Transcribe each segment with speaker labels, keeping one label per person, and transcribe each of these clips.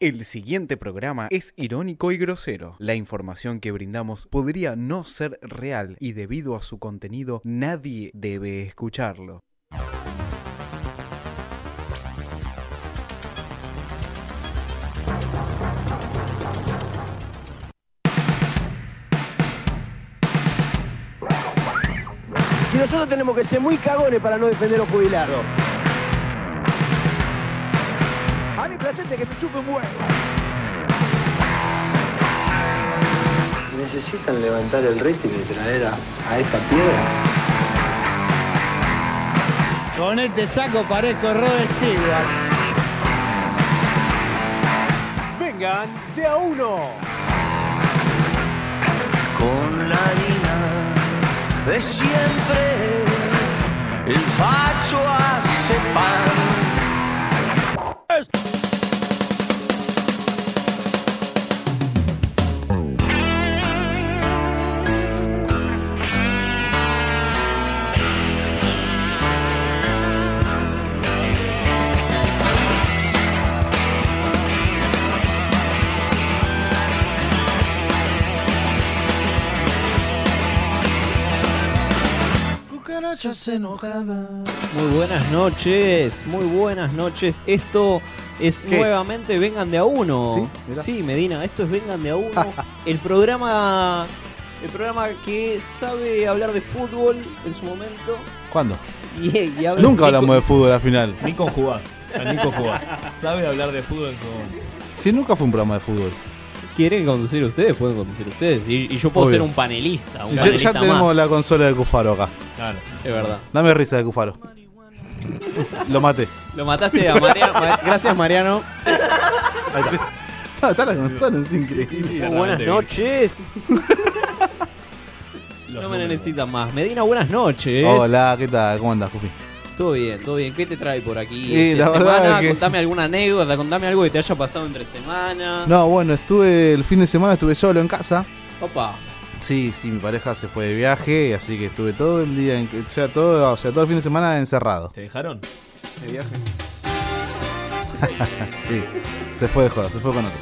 Speaker 1: El siguiente programa es irónico y grosero. La información que brindamos podría no ser real y debido a su contenido nadie debe escucharlo.
Speaker 2: Y nosotros tenemos que ser muy cagones para no defender a los jubilados. A mí placente que me chupe un huevo.
Speaker 3: Necesitan levantar el rating y traer a, a esta piedra.
Speaker 4: Con este saco parezco Rod Stewart.
Speaker 2: Vengan de a uno.
Speaker 5: con la harina de siempre. El facho hace pan.
Speaker 6: Muy buenas noches, muy buenas noches. Esto es
Speaker 1: ¿Qué es?
Speaker 6: nuevamente Vengan de a uno.
Speaker 1: Sí, mirá.
Speaker 6: Medina, esto es Vengan de a uno. el programa el programa que sabe hablar de fútbol en su momento.
Speaker 7: ¿Cuándo?
Speaker 6: Y, y habla-
Speaker 7: Nunca hablamos de fútbol al final.
Speaker 8: Nico jugás, ya Nico jugás. Sabe hablar de fútbol en su momento.
Speaker 7: Si nunca fue un programa de fútbol.
Speaker 4: ¿Quieren conducir ustedes? Pueden conducir ustedes. Y, y yo puedo
Speaker 7: Obvio.
Speaker 4: ser un panelista, un
Speaker 7: Ya, ya
Speaker 4: panelista
Speaker 7: tenemos la consola de Cufaro acá.
Speaker 8: Claro.
Speaker 4: más. Es verdad.
Speaker 7: Dame risa de Cufaro. Lo maté.
Speaker 4: Lo mataste a Mariano. Gracias, Mariano.
Speaker 7: Ahí está. Ah, está la consola, es increíble.
Speaker 6: Muy buenas noches.
Speaker 8: Los
Speaker 6: no me
Speaker 8: números.
Speaker 6: necesitan más. Medina, buenas noches.
Speaker 7: Hola, ¿qué tal? ¿Cómo andas, Jufi?
Speaker 6: Todo bien, todo bien. ¿Qué te trae por aquí?
Speaker 7: Y
Speaker 6: esta
Speaker 7: la verdad
Speaker 6: semana?
Speaker 7: es que-
Speaker 6: Contame alguna anécdota, contame algo que te haya pasado entre semana.
Speaker 7: No, bueno, estuve el fin de semana, estuve solo en casa.
Speaker 6: Opa.
Speaker 7: Sí, sí, mi pareja se fue de viaje, así que estuve todo el día, en, o, sea, todo, o sea, todo el fin de semana encerrado.
Speaker 8: ¿Te dejaron?
Speaker 7: Sí, se fue de joda, se fue con otro.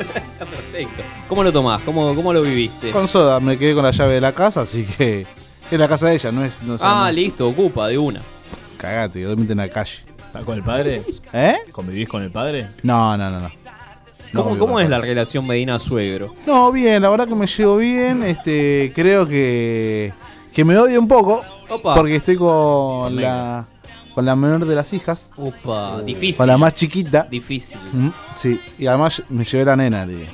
Speaker 6: Está perfecto. ¿Cómo lo tomás? ¿Cómo, cómo lo viviste? Ah,
Speaker 7: Con soda, me quedé con la llave de la casa, así que es la casa de ella, no es... No, o sea,
Speaker 6: Ah,
Speaker 7: no-
Speaker 6: listo, ocupa de una.
Speaker 7: Cagate, dormite en la calle.
Speaker 8: ¿Estás con el padre?
Speaker 7: ¿Eh?
Speaker 8: ¿Convivís con el padre?
Speaker 7: No, no, no, no. No,
Speaker 6: ¿Cómo,
Speaker 7: vivo
Speaker 6: cómo
Speaker 7: con
Speaker 6: es
Speaker 7: mi
Speaker 6: la
Speaker 7: padre.
Speaker 6: relación Medina-Suegro?
Speaker 7: No, bien, la verdad que me llevo bien. Este, creo que que me odio un poco
Speaker 6: Opa.
Speaker 7: porque estoy con la con la menor de las hijas, Uh,
Speaker 6: Opa, difícil.
Speaker 7: con la más chiquita.
Speaker 6: Difícil.
Speaker 7: Mm, Sí, y además me llevé la nena, tío.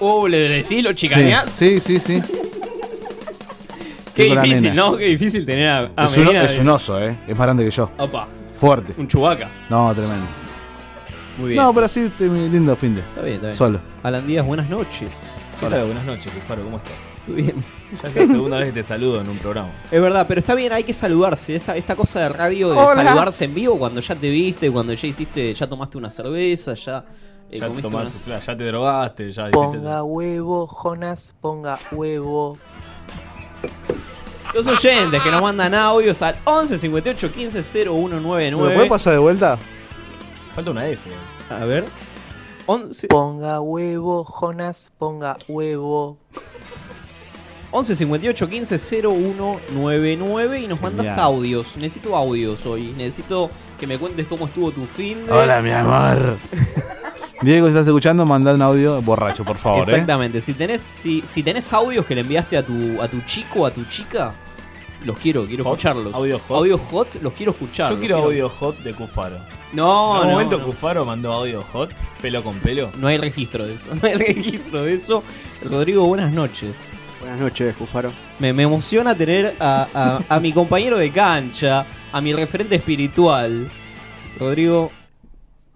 Speaker 6: Oh,
Speaker 4: Uh, le decís, lo
Speaker 7: Sí,
Speaker 4: chicaneás.
Speaker 7: sí, sí, sí.
Speaker 4: Qué
Speaker 7: Tengo la
Speaker 4: difícil,
Speaker 7: nena.
Speaker 4: ¿no? Qué difícil tener a,
Speaker 6: Ah,
Speaker 4: a
Speaker 7: Es un,
Speaker 4: Medina
Speaker 7: es
Speaker 4: de-
Speaker 7: un oso, eh. Es más grande que yo.
Speaker 4: Opa,
Speaker 7: Fuerte.
Speaker 4: un chubaca.
Speaker 7: No, tremendo.
Speaker 4: Muy bien.
Speaker 7: No, pero así este, mi lindo fin de.
Speaker 6: Está bien, está bien.
Speaker 7: Solo.
Speaker 6: Alan Díaz, buenas noches.
Speaker 8: ¿Qué tal? Buenas noches, Cufaro, ¿cómo estás?
Speaker 6: Todo bien.
Speaker 8: Ya es la segunda vez que te saludo en un programa.
Speaker 6: Es verdad, pero está bien, hay que saludarse. Esa, esta cosa de radio de
Speaker 7: Hola.
Speaker 6: saludarse en vivo cuando ya te viste, cuando ya hiciste, ya tomaste una cerveza, ya, eh,
Speaker 8: Ya,
Speaker 6: comiste
Speaker 8: tomaste,
Speaker 6: unas-
Speaker 8: claro, ya te drogaste, ya hiciste-
Speaker 9: Ponga huevo, Jonas, ponga huevo.
Speaker 6: Los oyentes que nos mandan audios al 11 58 15
Speaker 7: ¿Me lo puede
Speaker 6: 0199.
Speaker 7: pasar de vuelta?
Speaker 8: Falta una S.
Speaker 6: A ver. 11
Speaker 9: Ponga huevo, Jonas, ponga huevo.
Speaker 6: 11 58 15 0199 y nos mandas
Speaker 7: Genial.
Speaker 6: audios. Necesito audios hoy. Necesito que me cuentes cómo estuvo tu fin. de-
Speaker 7: Hola, mi amor. Diego, si estás escuchando, manda un audio borracho, por favor. ¿eh?
Speaker 6: Exactamente. Si tenés si, si tenés audios que le enviaste a tu a tu chico o a tu chica, los quiero, quiero
Speaker 8: Hot,
Speaker 6: escucharlos.
Speaker 8: audio hot.
Speaker 6: Audio hot, los quiero escuchar.
Speaker 8: Yo
Speaker 6: los
Speaker 8: quiero audio hot de Cufaro. en
Speaker 6: No,
Speaker 8: un
Speaker 6: no.
Speaker 8: momento
Speaker 6: no.
Speaker 8: Cufaro mandó audio hot, pelo con pelo.
Speaker 6: No hay registro de eso. No hay registro de eso. Rodrigo, buenas noches.
Speaker 3: Buenas noches, Cufaro.
Speaker 6: Me, me emociona tener a, a- a mi compañero de cancha, a mi referente espiritual. Rodrigo,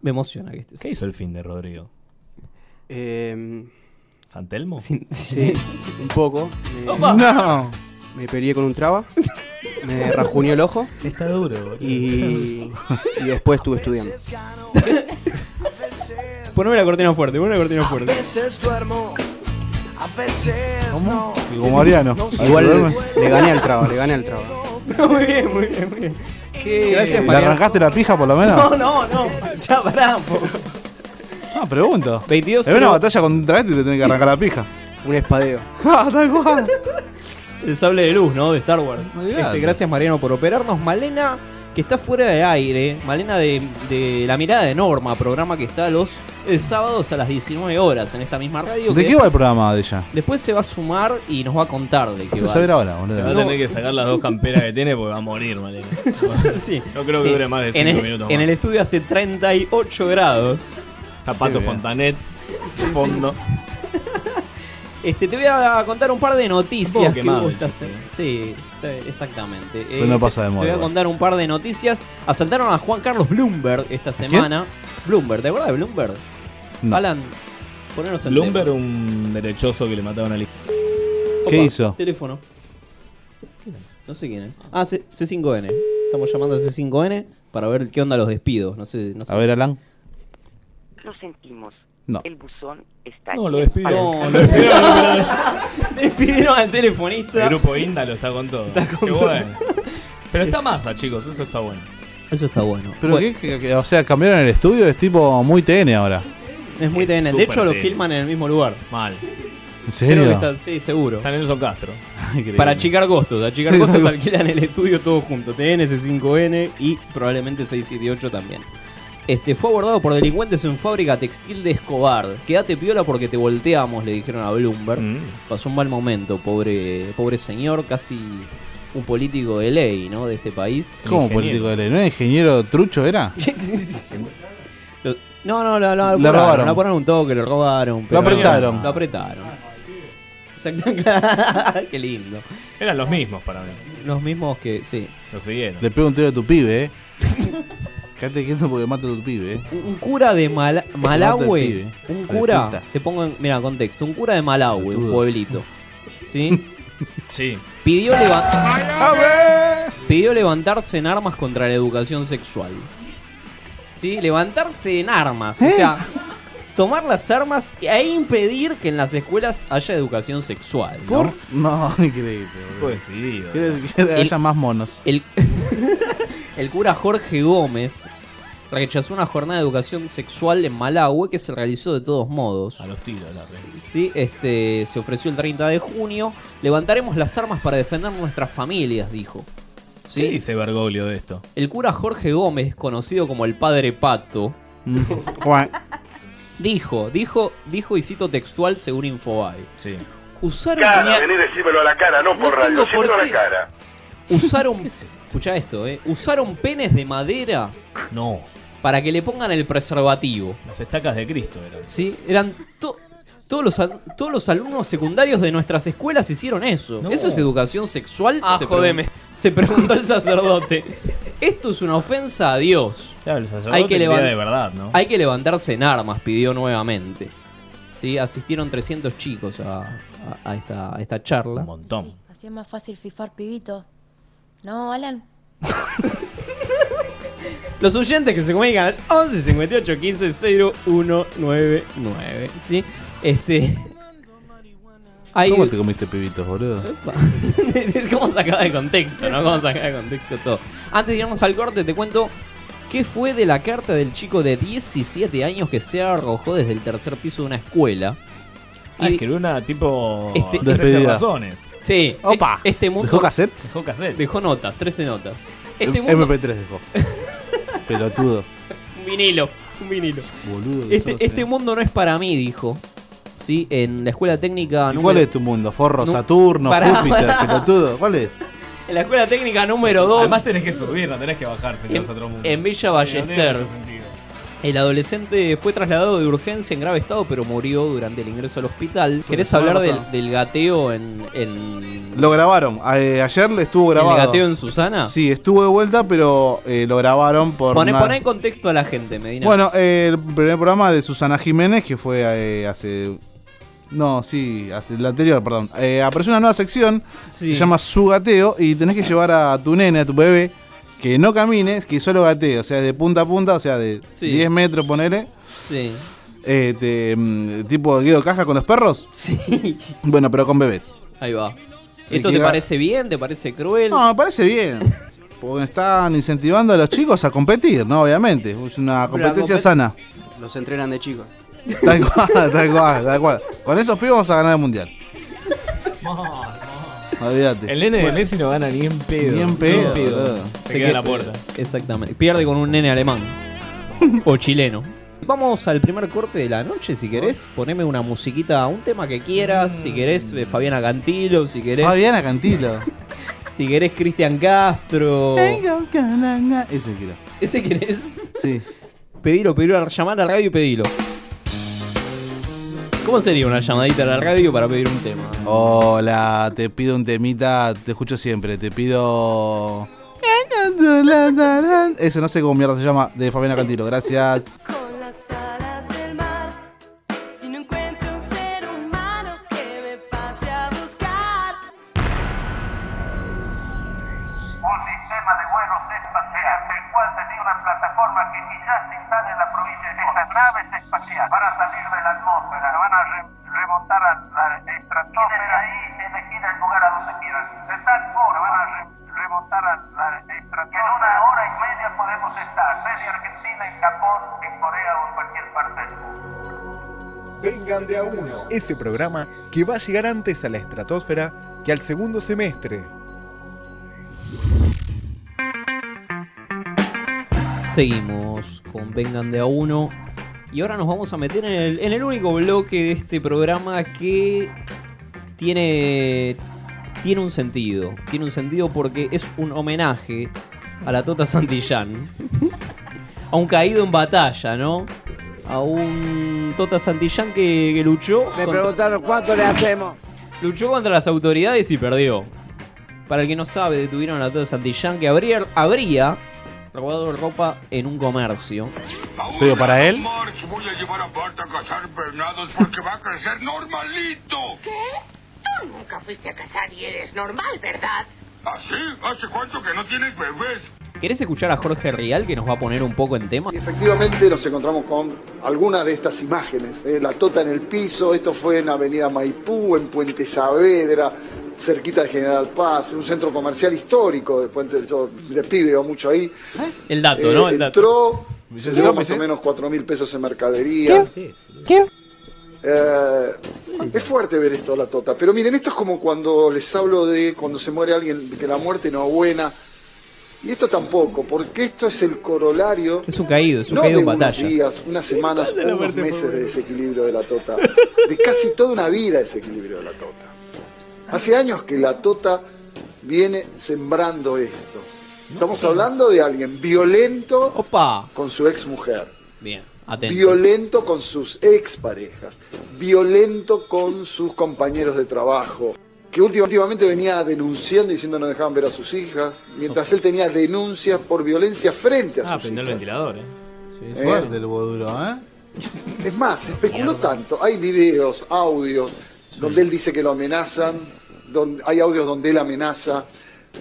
Speaker 6: me emociona que estés.
Speaker 8: ¿Qué hizo el fin de Rodrigo? ¿Santelmo?
Speaker 6: Sin-
Speaker 3: Em, sí, un poco. Me,
Speaker 7: No.
Speaker 3: me peleé con un traba, me rajuñó el ojo
Speaker 8: Está duro, boludo.
Speaker 3: y, y después estuve estudiando.
Speaker 8: Ah,
Speaker 6: Poneme la cortina fuerte, poneme la cortina fuerte.
Speaker 7: ¿Cómo? Y como Mariano.
Speaker 3: Igual le gané al traba, le gané al traba.
Speaker 6: muy bien, muy bien, muy bien.
Speaker 7: ¿Le
Speaker 6: Gracias, Mariano.
Speaker 7: arrancaste la pija por lo menos?
Speaker 6: No, no, no. Ya, pará. po.
Speaker 7: Ah, pregunto.
Speaker 6: 22
Speaker 7: Es una
Speaker 6: cero-
Speaker 7: batalla contra este y te tenés que arrancar la pija.
Speaker 2: Un espadeo.
Speaker 7: Ah, tal cual.
Speaker 6: El sable de luz, ¿no? De Star Wars.
Speaker 7: Olvidate.
Speaker 6: Este, gracias, Mariano, por operarnos. Malena, que está fuera de aire. Malena de, de La Mirada de Norma, programa que está los eh, sábados a las 19 horas en esta misma radio.
Speaker 7: ¿De
Speaker 6: que
Speaker 7: qué va el
Speaker 6: después-
Speaker 7: programa de ella?
Speaker 6: Después se va a sumar y nos va a contar de qué
Speaker 7: Quiero
Speaker 6: va.
Speaker 7: saber ahora,
Speaker 8: Se
Speaker 7: boludo.
Speaker 8: va a tener que sacar las dos camperas que tiene porque va a morir, Malena.
Speaker 6: Sí.
Speaker 8: No creo que
Speaker 6: Sí.
Speaker 8: dure más de
Speaker 6: en
Speaker 8: 5
Speaker 6: el,
Speaker 8: minutos.
Speaker 6: En
Speaker 8: más.
Speaker 6: el estudio hace 38 grados.
Speaker 8: Zapato
Speaker 7: Qué bien.
Speaker 8: Fontanet, fondo.
Speaker 6: Este, te voy a contar un par de
Speaker 8: Un
Speaker 6: noticias
Speaker 8: poco
Speaker 6: que
Speaker 8: quemado
Speaker 6: hubo
Speaker 8: el
Speaker 6: esta
Speaker 8: chiste,
Speaker 6: se- Sí, te- exactamente. Eh,
Speaker 7: Pero Pues no pasa de
Speaker 6: te-
Speaker 7: moda,
Speaker 6: Te voy a
Speaker 7: igual.
Speaker 6: contar un par de noticias. Asaltaron a Juan Carlos Bloomberg esta semana. Bloomberg, ¿te acuerdas de Bloomberg?
Speaker 7: No.
Speaker 6: Alan, ponernos el
Speaker 8: Lumber,
Speaker 6: teléfono.
Speaker 8: un derechoso que le mataron al hijo.
Speaker 7: ¿Qué
Speaker 6: Opa,
Speaker 7: hizo?
Speaker 6: Teléfono. ¿Quién es? No sé quién es. Ah, C- C5N. Estamos llamando a C5N para ver qué onda los despidos. No sé, no sé.
Speaker 7: A ver, Alan.
Speaker 10: Lo sentimos.
Speaker 7: No.
Speaker 10: El buzón está
Speaker 8: No, lo
Speaker 10: lleno.
Speaker 8: despido.
Speaker 6: No, no.
Speaker 8: Lo despidieron, boludo.
Speaker 6: Despidieron al
Speaker 8: El
Speaker 6: telefonista.
Speaker 8: grupo Índalo está con todo. Qué bueno. Pero está masa, chicos, eso está bueno.
Speaker 6: Eso está bueno.
Speaker 7: Pero
Speaker 6: Bueno,
Speaker 7: qué, qué- qué- o sea, cambiaron el estudio, es tipo muy TN ahora.
Speaker 6: es muy
Speaker 8: Es
Speaker 6: TN. De
Speaker 8: súper
Speaker 6: hecho, lo
Speaker 8: TN.
Speaker 6: filman en el mismo lugar.
Speaker 8: Mal.
Speaker 7: ¿En
Speaker 6: Creo que
Speaker 7: serio?
Speaker 6: está, sí, seguro.
Speaker 8: Está Nelson Castro.
Speaker 7: Increíble.
Speaker 6: Para achicar costos, achicar
Speaker 7: Sí,
Speaker 6: costos
Speaker 7: algo.
Speaker 6: alquilan el estudio todo junto, TN, C5N y probablemente 678 también. Este, fue abordado por delincuentes en fábrica textil de Escobar. Quédate piola porque te volteamos, le dijeron a Bloomberg.
Speaker 7: Mm.
Speaker 6: Pasó un mal momento, pobre, pobre señor, casi un político de ley, ¿no? De este país.
Speaker 7: ¿Cómo
Speaker 8: Ingeniero.
Speaker 7: político de ley? ¿No era ingeniero trucho, era?
Speaker 6: Lo- no, no, lo, lo,
Speaker 7: Lo robaron.
Speaker 6: Lo apuraron un toque, lo robaron.
Speaker 7: Lo
Speaker 6: pero-
Speaker 7: apretaron.
Speaker 6: Lo apretaron. Exacto. Qué lindo.
Speaker 8: Eran los mismos para mí.
Speaker 6: Los mismos que, sí.
Speaker 8: Lo siguieron.
Speaker 7: Le pego un tiro a tu pibe, eh. Quédate quieto porque mato a tu pibe, eh.
Speaker 6: Un un cura de Mala-
Speaker 7: pibe,
Speaker 6: Malawi.
Speaker 7: hijo de
Speaker 6: Un cura.
Speaker 7: puta.
Speaker 6: Te pongo en. Mira, contexto. Un cura de Malawi, un
Speaker 7: Pelotudo.
Speaker 6: pueblito. ¿Sí?
Speaker 8: Sí.
Speaker 6: Pidió, leva- pidió levantarse en armas contra la educación sexual. ¿Sí? Levantarse en armas.
Speaker 7: ¿Eh?
Speaker 6: O sea, tomar las armas e impedir que en las escuelas haya educación sexual. ¿no?
Speaker 7: ¿Por? No, increíble, boludo.
Speaker 8: Pues sí. boludo.
Speaker 7: Quiere que haya más monos.
Speaker 6: El, el cura Jorge Gómez rechazó una jornada de educación sexual en Malawi que se realizó de todos modos.
Speaker 8: A los tiros, la re.
Speaker 6: Sí, este, se ofreció el 30 de junio. Levantaremos las armas para defender nuestras familias, dijo.
Speaker 8: ¿Qué
Speaker 6: ¿Sí?
Speaker 8: dice Bergoglio de esto?
Speaker 6: El cura Jorge Gómez, conocido como el Padre Pato,
Speaker 7: Juan.
Speaker 6: dijo, dijo, dijo y cito textual según Infobae.
Speaker 8: Sí.
Speaker 6: Usar un puñal-
Speaker 5: decímelo a la cara, no por radio, decímelo a la cara.
Speaker 6: usaron, escucha esto, eh, usaron penes de madera
Speaker 8: No.
Speaker 6: para que le pongan el preservativo.
Speaker 8: Las estacas de Cristo eran.
Speaker 6: Sí, eran to- todos los al- todos los alumnos secundarios de nuestras escuelas hicieron eso.
Speaker 8: No.
Speaker 6: ¿Eso es educación sexual?
Speaker 9: Ah,
Speaker 6: se, pregun-
Speaker 9: jodeme.
Speaker 6: se preguntó el sacerdote. Esto es una ofensa a Dios.
Speaker 8: Claro, el sacerdote
Speaker 6: Hay que
Speaker 8: creía
Speaker 6: levant-
Speaker 8: de verdad, ¿no?
Speaker 6: Hay que levantarse en armas, pidió nuevamente. Sí, asistieron 300 chicos a, a- a esta, a esta charla.
Speaker 8: Un montón.
Speaker 10: Así es más fácil fifar pibito. No, Alan.
Speaker 6: Los oyentes que se comunican al 11 58 15 0199, ¿sí? Este... Hay- Este
Speaker 7: ¿Cómo te comiste pibitos, boludo?
Speaker 6: Pa- ¿Cómo sacaba de contexto, no? ¿Cómo sacaba de contexto todo? Antes de irnos al corte, te cuento qué fue de la carta del chico de 17 años que se arrojó desde el tercer piso de una escuela.
Speaker 8: Ah,
Speaker 6: Y-
Speaker 8: escribió una tipo.
Speaker 6: Este-
Speaker 8: 13
Speaker 7: Despedida.
Speaker 8: razones.
Speaker 6: sí,
Speaker 7: Opa.
Speaker 6: e- este mundo
Speaker 7: ¿Dejó cassette?
Speaker 8: Dejó cassette.
Speaker 6: dejó notas, 13 notas. Este mundo,
Speaker 7: MP3 dejó. Pelotudo.
Speaker 6: un vinilo, un vinilo.
Speaker 7: Boludo.
Speaker 6: Este,
Speaker 7: sos,
Speaker 6: este
Speaker 7: eh.
Speaker 6: mundo no es para mí, dijo. Sí, en la escuela técnica
Speaker 7: ¿Y ¿Cuál
Speaker 6: número
Speaker 7: es tu mundo? ¿Forro,
Speaker 6: No.
Speaker 7: Saturno,
Speaker 6: Pará,
Speaker 7: Júpiter,
Speaker 6: pará.
Speaker 7: pelotudo? ¿Cuál es?
Speaker 6: en la escuela técnica número 2
Speaker 8: Además tenés que subir, no tenés que bajarse en,
Speaker 6: En-
Speaker 8: los otros mundos.
Speaker 6: en Villa
Speaker 8: Sí, no tiene
Speaker 6: Ballester.
Speaker 8: mucho sentido.
Speaker 6: El adolescente fue trasladado de urgencia en grave estado, pero murió durante el ingreso al hospital. ¿Querés
Speaker 7: semana
Speaker 6: hablar del,
Speaker 7: pasada.
Speaker 6: del gateo en, en-
Speaker 7: Lo grabaron. A- eh, ayer le estuvo
Speaker 6: el
Speaker 7: grabado.
Speaker 6: gateo en Susana?
Speaker 7: Sí, estuvo de vuelta, pero eh, lo grabaron por.
Speaker 6: Poné,
Speaker 7: una-
Speaker 6: poné en contexto a la gente, Medina.
Speaker 7: Bueno, eh, el primer programa de Susana Jiménez, que fue eh, hace. No, sí, hace el anterior, perdón. Eh, apareció una nueva sección,
Speaker 6: Sí.
Speaker 7: se llama Su Gateo, y tenés que llevar a tu nene, a tu bebé, que no camines, que solo gatee, o sea, de punta a punta, o sea, de
Speaker 6: Sí.
Speaker 7: 10 metros, ponele.
Speaker 6: sí.
Speaker 7: Eh, te, mm, tipo Guido Caja con los perros.
Speaker 6: Sí.
Speaker 7: Bueno, pero con bebés.
Speaker 6: Ahí va.
Speaker 7: El
Speaker 6: ¿Esto
Speaker 7: que
Speaker 6: te
Speaker 7: ga-
Speaker 6: parece bien? ¿Te parece cruel?
Speaker 7: No, me parece bien. Porque están incentivando a los chicos a competir, ¿no? Obviamente. Es una
Speaker 6: Pero la
Speaker 7: competencia
Speaker 6: compet-
Speaker 7: sana.
Speaker 2: Los entrenan de chicos.
Speaker 7: Tal cual, tal cual, tal cual. Con esos pibes vamos a ganar el mundial. Olvídate.
Speaker 8: El nene de Messi no gana ni en pedo.
Speaker 7: Ni en pedo, boludo.
Speaker 8: Se
Speaker 6: Se
Speaker 8: queda en la
Speaker 6: queda-
Speaker 8: puerta.
Speaker 6: Exactamente. Pierde con un nene alemán. o chileno. Vamos al primer corte de la noche, si querés. Poneme una musiquita, un tema que quieras. Si querés, eh, Fabiana Cantilo. Si querés,
Speaker 7: Mm. Fabiana Cantilo.
Speaker 6: si querés Cristian Castro.
Speaker 7: Tengo que- na, na. Ese quiero.
Speaker 6: ¿Ese querés?
Speaker 7: Sí.
Speaker 6: Pedilo, pedilo, llamar a la radio y pedilo. ¿Cómo sería una llamadita a la radio para pedir un tema?
Speaker 7: Hola, te pido un temita, te escucho siempre, te pido... Ese no sé cómo mierda se llama, de Fabiana Cantilo, gracias.
Speaker 11: Con las alas del mar, si no encuentro un ser humano que me pase a buscar.
Speaker 5: Un sistema de vuelos espacial, el cual tenía una plataforma que quizás se instale en la provincia. Estas naves espaciales van a salir de la atmósfera, van a re- remontar a la estratosfera. Y ahí elegir el lugar a donde quieran. De tal forma van a re- remontar a la estratosfera. En una hora y media podemos estar desde Argentina, en Japón, en Corea o en cualquier parte del mundo.
Speaker 1: Vengan de a uno. Ese programa que va a llegar antes a la estratosfera que al segundo semestre.
Speaker 6: Seguimos con Vengan de a uno. Y ahora nos vamos a meter en el, en el único bloque de este programa que tiene, tiene un sentido. Tiene un sentido porque es un homenaje a la Tota Santillán. A un caído en batalla, ¿no? A un Tota Santillán que, que luchó.
Speaker 4: Me
Speaker 6: contra-
Speaker 4: preguntaron cuánto le hacemos.
Speaker 6: Luchó contra las autoridades y perdió. Para el que no sabe, detuvieron a la Tota Santillán que habría, habría robado ropa en un comercio.
Speaker 7: Pero para él...
Speaker 5: March, voy a llevar a Bart a cazar venados porque va a crecer normalito.
Speaker 11: Tú nunca fuiste a casar y eres normal, ¿verdad?
Speaker 5: ¿Así? ¿Ah, ¿Hace cuánto que no tienes bebés?
Speaker 6: ¿Querés escuchar a Jorge Rial que nos va a poner un poco en tema?
Speaker 12: Efectivamente nos encontramos con algunas de estas imágenes. ¿eh? La tota en el piso, esto fue en Avenida Maipú, en Puente Saavedra, cerquita de General Paz, en un centro comercial histórico de Puente, yo de pibe iba mucho ahí.
Speaker 6: El dato,
Speaker 12: Eh,
Speaker 6: ¿no? El dato.
Speaker 12: Entró, se llevó más o menos 4 mil pesos en mercadería. Eh, es fuerte ver esto, la tota. Pero miren, esto es como cuando les hablo de cuando se muere alguien, de que la muerte no es buena. Y esto tampoco, porque esto es el corolario
Speaker 6: Es un caído, es un
Speaker 12: no de
Speaker 6: caído en
Speaker 12: unos
Speaker 6: batalla.
Speaker 12: días, unas semanas, unos meses de desequilibrio de la Tota. De casi toda una vida de desequilibrio de la Tota. Hace años que la Tota viene sembrando esto. Estamos hablando de alguien violento
Speaker 6: Opa.
Speaker 12: con su ex mujer,
Speaker 6: Bien, atento.
Speaker 12: violento con sus ex parejas, violento con sus compañeros de trabajo, que últim- últimamente venía denunciando diciendo no dejaban ver a sus hijas, mientras él tenía denuncias por violencia frente a
Speaker 8: Ah,
Speaker 12: sus
Speaker 8: prendió el
Speaker 12: hijas.
Speaker 8: ventilador, eh.
Speaker 12: ¿eh?
Speaker 7: Fuerte el boduro, ¿eh?
Speaker 12: Es más, especuló tanto. Hay videos, audios, donde él dice que lo amenazan, donde, hay audios donde él amenaza.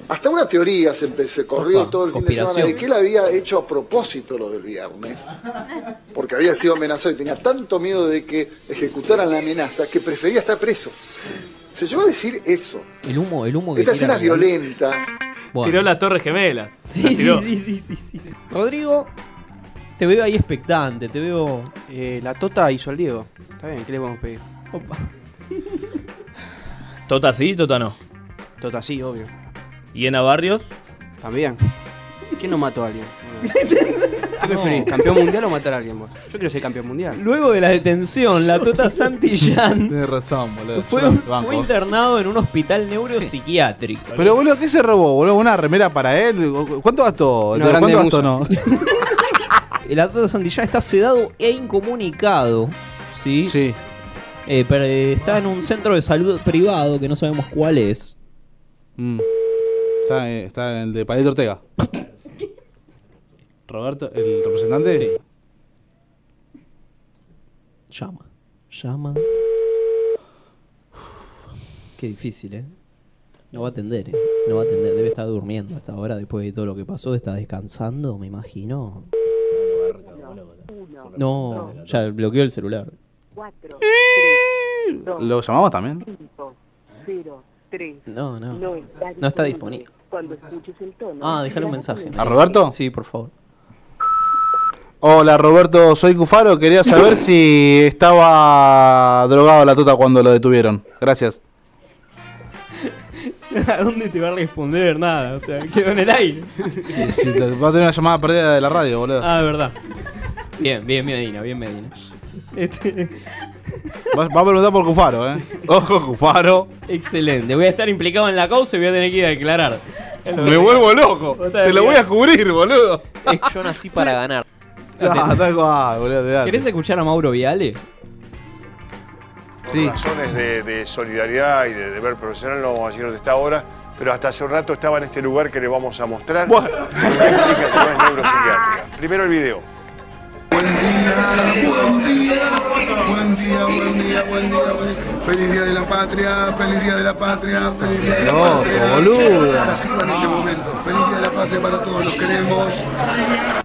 Speaker 12: Hasta una teoría se, empe- se corrió
Speaker 6: Opa,
Speaker 12: todo el fin de semana de
Speaker 6: conspiración.
Speaker 12: que él había hecho a propósito lo del viernes, porque había sido amenazado y tenía tanto miedo de que ejecutaran la amenaza que prefería estar preso. Se llegó a decir eso.
Speaker 6: El humo, el humo que
Speaker 12: Esta escena
Speaker 6: tira
Speaker 12: es violenta.
Speaker 6: Bueno.
Speaker 8: Tiró las torres gemelas.
Speaker 6: Sí,
Speaker 8: Las tiró.
Speaker 6: sí, sí, sí, sí, sí. Rodrigo, te veo ahí expectante, te veo...
Speaker 2: Eh, la Tota hizo al Diego. Está bien, ¿qué le podemos pedir?
Speaker 6: Opa.
Speaker 8: Tota sí, Tota no.
Speaker 2: Tota sí, obvio.
Speaker 8: Y en Barrios,
Speaker 2: También. ¿Quién no mató a alguien? Bueno. ¿Qué preferís, campeón mundial o matar a alguien vos? Yo quiero ser campeón mundial.
Speaker 6: Luego de la detención, la Tota Santillán
Speaker 7: Tienes razón, boludo.
Speaker 6: fue,
Speaker 7: Yo no-
Speaker 6: fue internado en un hospital neuropsiquiátrico.
Speaker 7: Pero boludo, ¿qué se robó, boludo? ¿Una remera para él? ¿Cuánto gastó?
Speaker 2: Una
Speaker 7: ¿Cuánto
Speaker 2: grande
Speaker 7: gastó no?
Speaker 2: musa.
Speaker 6: El atleta Santillán tota está sedado e incomunicado. ¿Sí?
Speaker 7: Sí.
Speaker 6: Eh, pero, eh, está en un centro de salud privado que no sabemos cuál es.
Speaker 7: Mm. Está, eh, está en el de Palito Ortega. Roberto, el representante.
Speaker 6: Sí. Llama. Llama. Qué difícil, ¿eh? No va a atender, ¿eh? No va a atender. Debe estar durmiendo hasta ahora después de todo lo que pasó. Está descansando, me imagino. No, ya bloqueó el celular.
Speaker 7: Lo llamamos también.
Speaker 6: No, no. No está disponible.
Speaker 11: Cuando escuches el tono,
Speaker 6: Ah, déjale un mensaje.
Speaker 7: ¿A Roberto?
Speaker 6: Sí, por favor.
Speaker 7: Hola Roberto, soy Cufaro. Quería saber si estaba drogado la tota cuando lo detuvieron. Gracias.
Speaker 13: ¿A dónde te va a responder nada? O sea, quedó en el aire.
Speaker 7: Si te- va a tener una llamada perdida de la radio, boludo.
Speaker 13: Ah, de verdad.
Speaker 6: Bien, bien, Medina, bien, Medina.
Speaker 13: Este,
Speaker 7: Va, va a preguntar por Cufaro, ¿eh? Ojo, Cufaro.
Speaker 6: Excelente. Voy a estar implicado en la causa y voy a tener que ir a declarar.
Speaker 7: Me vuelvo loco. Te lo voy a cubrir, boludo.
Speaker 6: Yo nací para ganar.
Speaker 7: Ah, tal cual, boludo. de
Speaker 6: ¿Querés escuchar a Mauro Viale?
Speaker 14: Por razones de, de solidaridad y de deber profesional, no vamos a decir dónde está ahora, pero hasta hace un rato estaba en este lugar que le vamos a mostrar. Una clínica que no es neuropsiquiátrica. Primero el video.
Speaker 15: Buen día, buen día, buen día, buen día, buen día. Feliz día de la patria, feliz día de la patria, feliz día de la
Speaker 7: Loco,
Speaker 15: patria.
Speaker 7: boludo.
Speaker 15: Nacimos en este momento. Feliz día de la patria para todos, los queremos.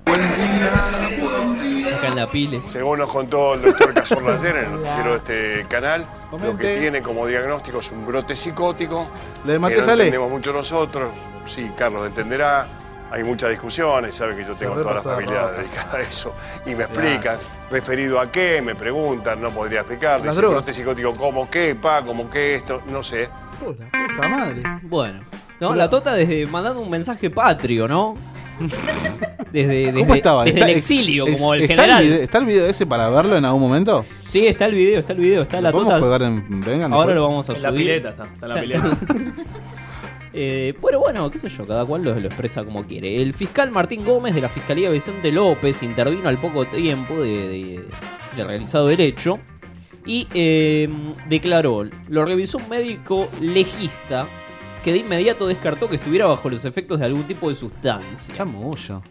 Speaker 15: Buen día.
Speaker 6: Acá en la pile.
Speaker 14: Según nos contó el doctor Cazorla ayer en el noticiero de este canal, lo que tiene como diagnóstico es un brote psicótico.
Speaker 7: ¿Le maté
Speaker 14: que no
Speaker 7: sale?
Speaker 14: entendemos mucho nosotros. Sí, Carlos entenderá. Hay muchas discusiones, sabe que yo tengo toda la
Speaker 7: repasa,
Speaker 14: familia
Speaker 7: Rafa.
Speaker 14: dedicada a eso. Y me explican, referido a qué, me preguntan, no podría explicar.
Speaker 7: Las
Speaker 14: Dice,
Speaker 7: drogas.
Speaker 14: brote psicótico, ¿cómo qué, pa? ¿Cómo qué esto? No sé.
Speaker 7: Puta madre.
Speaker 6: Bueno. No, la Tota desde mandando un mensaje patrio, ¿no? Desde, desde,
Speaker 7: ¿Cómo estaba?
Speaker 6: desde
Speaker 7: ¿Está-
Speaker 6: el
Speaker 7: ex-
Speaker 6: exilio,
Speaker 7: ex-
Speaker 6: como el
Speaker 7: está
Speaker 6: general.
Speaker 7: video- ¿Está el video ese para verlo en algún momento?
Speaker 6: Sí, está el video, está el video, está la
Speaker 7: ¿Podemos
Speaker 6: Tota.
Speaker 7: jugar en Vengan?
Speaker 6: Ahora
Speaker 7: después?
Speaker 6: lo vamos a
Speaker 8: En
Speaker 6: subir.
Speaker 8: la pileta está, está en la pileta.
Speaker 6: Eh, bueno, bueno, qué sé yo, cada cual lo, lo expresa como quiere. El fiscal Martín Gómez de la Fiscalía Vicente López intervino al poco tiempo de, de- de realizado el hecho y eh, declaró, lo revisó un médico legista que de inmediato descartó que estuviera bajo los efectos de algún tipo de sustancia.
Speaker 7: Chamullo.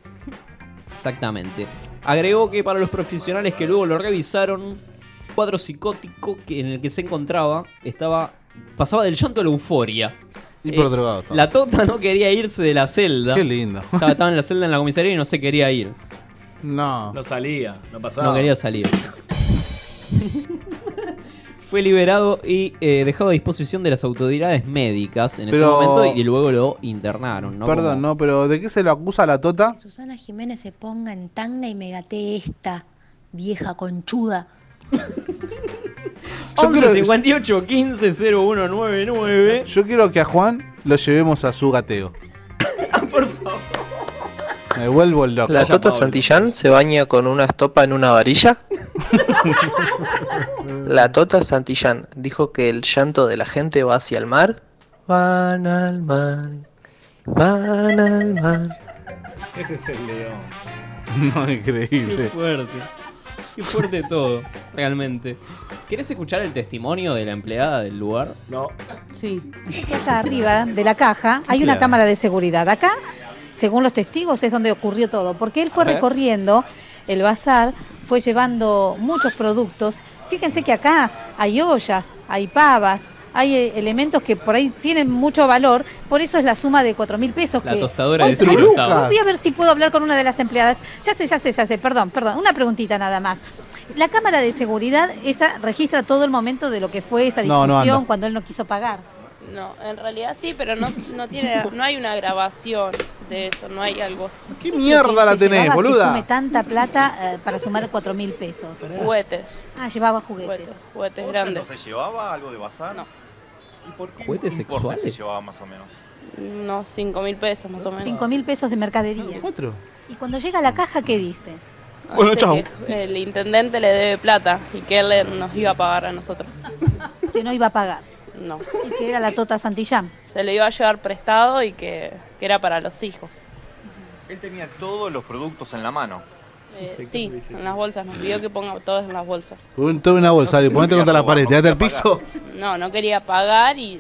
Speaker 6: Exactamente. Agregó que para los profesionales que luego lo revisaron, un cuadro psicótico que, en el que se encontraba estaba pasaba del llanto a la euforia.
Speaker 7: Hiperdrogado estaba.
Speaker 6: Eh, la Tota no quería irse de la celda.
Speaker 7: Qué lindo.
Speaker 6: Estaba, estaba en la celda en la comisaría y no se quería ir.
Speaker 7: No.
Speaker 8: No salía, no pasaba.
Speaker 7: Ah.
Speaker 6: No quería salir. Fue liberado y eh, dejado a disposición de las autoridades médicas en
Speaker 7: Pero-
Speaker 6: ese momento y luego lo internaron. ¿no?
Speaker 7: Perdón,
Speaker 6: Como-
Speaker 7: no, pero ¿de qué se lo acusa a la tota?
Speaker 10: Susana Jiménez se ponga en tanga y me gatee esta vieja conchuda.
Speaker 6: 11 58 15 0199.
Speaker 7: Yo quiero que a Juan lo llevemos a su gateo.
Speaker 6: Ah,
Speaker 7: Por favor. Me vuelvo loco.
Speaker 9: ¿La Tota Santillán se baña con una estopa en una varilla? La Tota Santillán dijo que el llanto de la gente va hacia el mar. Van al mar, van al mar.
Speaker 8: Ese es el león.
Speaker 7: No,
Speaker 6: Qué
Speaker 7: increíble.
Speaker 6: fuerte. Qué fuerte todo, realmente. ¿Querés escuchar el testimonio de la empleada del lugar?
Speaker 8: No.
Speaker 16: Sí. Acá arriba de la caja hay una cámara de seguridad. Acá, según los testigos, es donde ocurrió todo. Porque él fue
Speaker 10: A ver.
Speaker 16: recorriendo el bazar, fue llevando muchos productos. Fíjense que acá hay ollas, hay pavas, hay eh, elementos que por ahí tienen mucho valor. Por eso es la suma de cuatro mil pesos.
Speaker 6: La
Speaker 16: que-
Speaker 6: tostadora de
Speaker 16: Ay,
Speaker 6: cinco
Speaker 16: Lucas.
Speaker 6: centavos.
Speaker 16: Voy a ver si puedo hablar con una de las empleadas. Ya sé, ya sé, ya sé. Perdón, perdón. Una preguntita nada más. La cámara de seguridad, esa registra todo el momento de lo que fue esa
Speaker 7: No,
Speaker 16: discusión
Speaker 7: no anda.
Speaker 16: cuando él no quiso pagar.
Speaker 17: No, en realidad sí, pero no, no tiene, no hay una grabación de eso, no hay algo. ¿Qué
Speaker 7: Mierda la
Speaker 16: Se
Speaker 7: tenés,
Speaker 16: llevaba Que sume
Speaker 7: boluda.
Speaker 16: tanta plata eh, para sumar cuatro mil pesos.
Speaker 17: Juguetes.
Speaker 16: Ah, llevaba juguetes.
Speaker 17: Juguetes
Speaker 18: ¿Osa
Speaker 17: grandes.
Speaker 18: ¿No se llevaba algo de bazar? No. ¿Y por qué?
Speaker 6: ¿Juguetes
Speaker 18: ¿Qué importe
Speaker 6: sexuales?
Speaker 18: se llevaba más o menos?
Speaker 17: Unos 5 mil pesos más o menos.
Speaker 16: Cinco mil pesos de mercadería.
Speaker 7: ¿Cuatro?
Speaker 16: Y cuando llega a la caja, ¿qué dice?
Speaker 17: Dice
Speaker 16: Bueno, chau.
Speaker 17: que El intendente le debe plata y que él le- nos iba a pagar a nosotros.
Speaker 16: Que no iba a pagar.
Speaker 17: No.
Speaker 16: Y que era la Tota Santillán.
Speaker 17: Se le iba a llevar prestado y que, que era para los hijos.
Speaker 18: Él tenía todos los productos en la mano.
Speaker 17: Eh, sí, en las bolsas. Nos pidió que ponga todos en las bolsas.
Speaker 7: Pon- Tome una bolsa, dale, ponete contra la pared, te date al piso.
Speaker 17: No, no quería pagar y,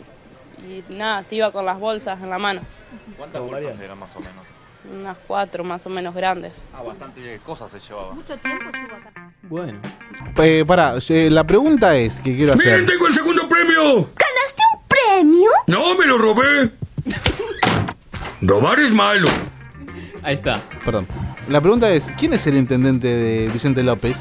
Speaker 17: y nada, se iba con las bolsas en la mano.
Speaker 18: ¿Cuántas bolsas eran más o menos?
Speaker 17: Unas cuatro más o menos grandes.
Speaker 18: Ah, bastante cosas se llevaba.
Speaker 16: Mucho tiempo estuvo acá.
Speaker 6: Bueno.
Speaker 7: Eh, pará, eh, la pregunta es que quiero hacer.
Speaker 19: ¡Miren, tengo el segundo premio!
Speaker 20: ¿Ganaste un premio?
Speaker 19: ¡No, me lo robé! Robar es malo.
Speaker 6: Ahí está.
Speaker 7: Perdón. La pregunta es, ¿quién es el intendente de Vicente López?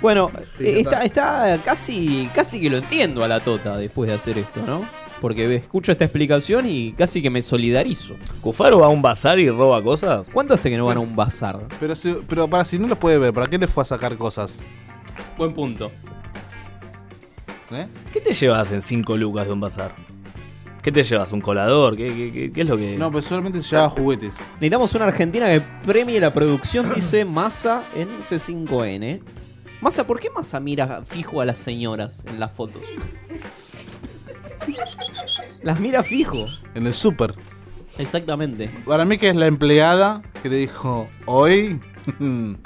Speaker 6: Bueno,
Speaker 7: ya
Speaker 6: eh, está, está casi, casi que lo entiendo a la Tota después de hacer esto, ¿no? Porque escucho esta explicación y casi que me solidarizo.
Speaker 20: ¿Cufaro va a un bazar y roba cosas?
Speaker 6: ¿Cuánto hace que no van a un bazar?
Speaker 7: Pero, si- pero para si no los puede ver, ¿para qué le fue a sacar cosas?
Speaker 6: Buen punto.
Speaker 8: ¿Eh?
Speaker 20: ¿Qué te llevas en 5 lucas de un bazar? ¿Qué te llevas? ¿Un colador? ¿Qué, qué- qué- qué es lo que.?
Speaker 7: Eh. No, pero solamente se llevaba juguetes.
Speaker 6: Necesitamos una Argentina que premie la producción, dice Massa en C5N. Massa, ¿por qué Massa mira fijo a las señoras en las fotos? Las mira fijo.
Speaker 7: En el súper.
Speaker 6: Exactamente.
Speaker 7: Para mí que es la empleada que le dijo, hoy... o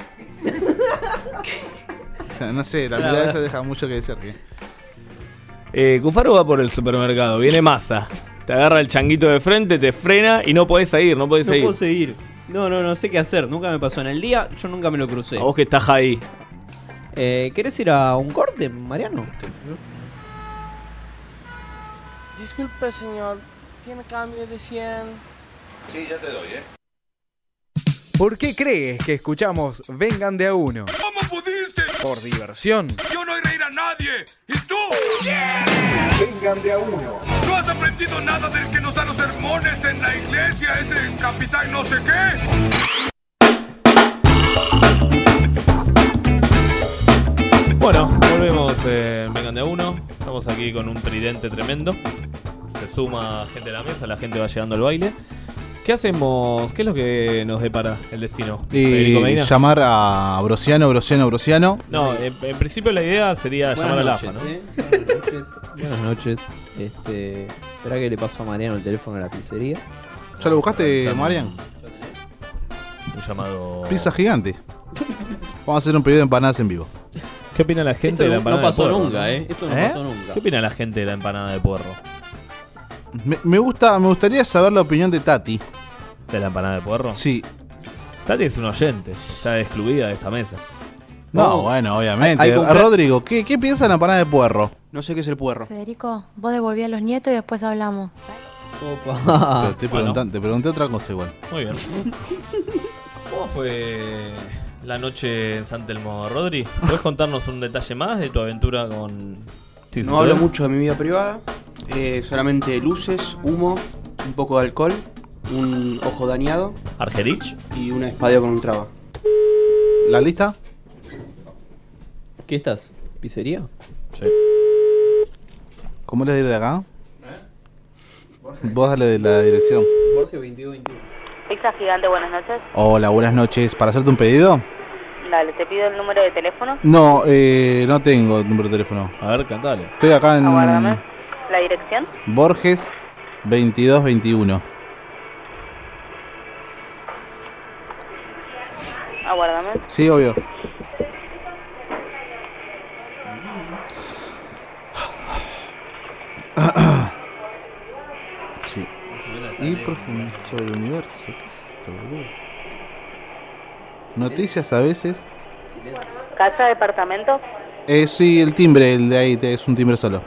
Speaker 7: sea, no sé, la
Speaker 20: Claro.
Speaker 7: empleada esa deja mucho que decir. ¿qué?
Speaker 20: Eh, Cufaro va por el supermercado, viene masa. Te agarra el changuito de frente, te frena y no podés salir, no podés
Speaker 6: No
Speaker 20: salir.
Speaker 6: puedo seguir. No, no, no sé qué hacer. Nunca me pasó en el día, yo nunca me lo crucé.
Speaker 20: A vos que estás ahí.
Speaker 6: Eh, ¿Querés ir a un corte, Mariano?
Speaker 21: Disculpe, señor. ¿Tiene cambio de 100? Sí, ya te doy, ¿eh?
Speaker 1: ¿Por qué crees que escuchamos Vengan de a uno? ¿Cómo pudiste? Por diversión.
Speaker 15: Yo no iré a a nadie. ¿Y tú? Vengan de a uno. ¿No has aprendido nada del que nos da los sermones en la iglesia? Ese capitán no sé qué.
Speaker 20: Bueno,
Speaker 8: volvemos eh, en Vengan de a Uno. Estamos aquí con un tridente tremendo. Se suma gente a la mesa, la gente va llegando al baile. ¿Qué hacemos? ¿Qué es lo que nos depara el destino? Federico
Speaker 7: Y
Speaker 8: Medina.
Speaker 7: llamar a Brosiano, Brosiano, Brosiano.
Speaker 8: No, en, en principio la idea sería
Speaker 6: Buenas
Speaker 8: llamar
Speaker 6: noches,
Speaker 8: al AFA, ¿no?
Speaker 6: ¿eh? Buenas noches. Este, espera que le paso a Mariano el teléfono de la pizzería.
Speaker 7: ¿Ya lo buscaste, Marian?
Speaker 20: Un llamado.
Speaker 7: Pizza gigante. Vamos a hacer un pedido de empanadas en vivo.
Speaker 8: ¿Qué opina la
Speaker 6: Esto
Speaker 8: gente de la
Speaker 6: no
Speaker 8: empanada
Speaker 6: pasó
Speaker 8: de puerro?
Speaker 6: nunca, ¿eh? Esto no pasó nunca.
Speaker 8: ¿Qué opina la gente de la empanada de puerro?
Speaker 7: Me, me gusta, me gustaría saber la opinión de Tati.
Speaker 8: ¿De la empanada de puerro?
Speaker 7: Sí.
Speaker 8: Tati es un oyente, está excluida de esta mesa.
Speaker 7: No, bueno, obviamente.
Speaker 8: Oh. hay cumple-
Speaker 7: Rodrigo, ¿qué, ¿qué piensa de la empanada de puerro?
Speaker 2: No sé qué es el puerro.
Speaker 10: Federico, vos devolví a los nietos y después hablamos.
Speaker 7: Pero te,
Speaker 8: Ah, Bueno.
Speaker 7: preguntan- te pregunté otra cosa igual.
Speaker 8: Muy bien. ¿Cómo fue la noche en San Telmo, Rodri? ¿Puedes contarnos un detalle más de tu aventura con... Sí, se
Speaker 2: no hablo
Speaker 8: puede.
Speaker 2: mucho de mi vida privada, eh, solamente luces, humo, un poco de alcohol, un ojo dañado.
Speaker 8: ¿Argerich?
Speaker 2: Y una espadeo con un traba.
Speaker 7: ¿La lista?
Speaker 6: ¿Qué estás? ¿Pizzería?
Speaker 8: Sí.
Speaker 7: ¿Cómo le diré de acá? Vos dale de la dirección.
Speaker 6: Borges 2221.
Speaker 22: Pizza Gigante, buenas noches.
Speaker 7: Hola, buenas noches. ¿Para hacerte un pedido?
Speaker 22: Dale, te pido el número de teléfono,
Speaker 7: No, eh, no tengo el número de teléfono.
Speaker 8: A ver, cantale.
Speaker 7: Estoy acá en
Speaker 22: Aguárdame. la dirección.
Speaker 7: Borges 2221.
Speaker 22: Aguárdame.
Speaker 7: Sí, obvio. Sí. Y profundo sobre el universo. ¿Qué es esto, boludo? Noticias a veces.
Speaker 22: Casa, departamento.
Speaker 7: Eh, sí, el timbre, el de ahí, te- es un timbre solo.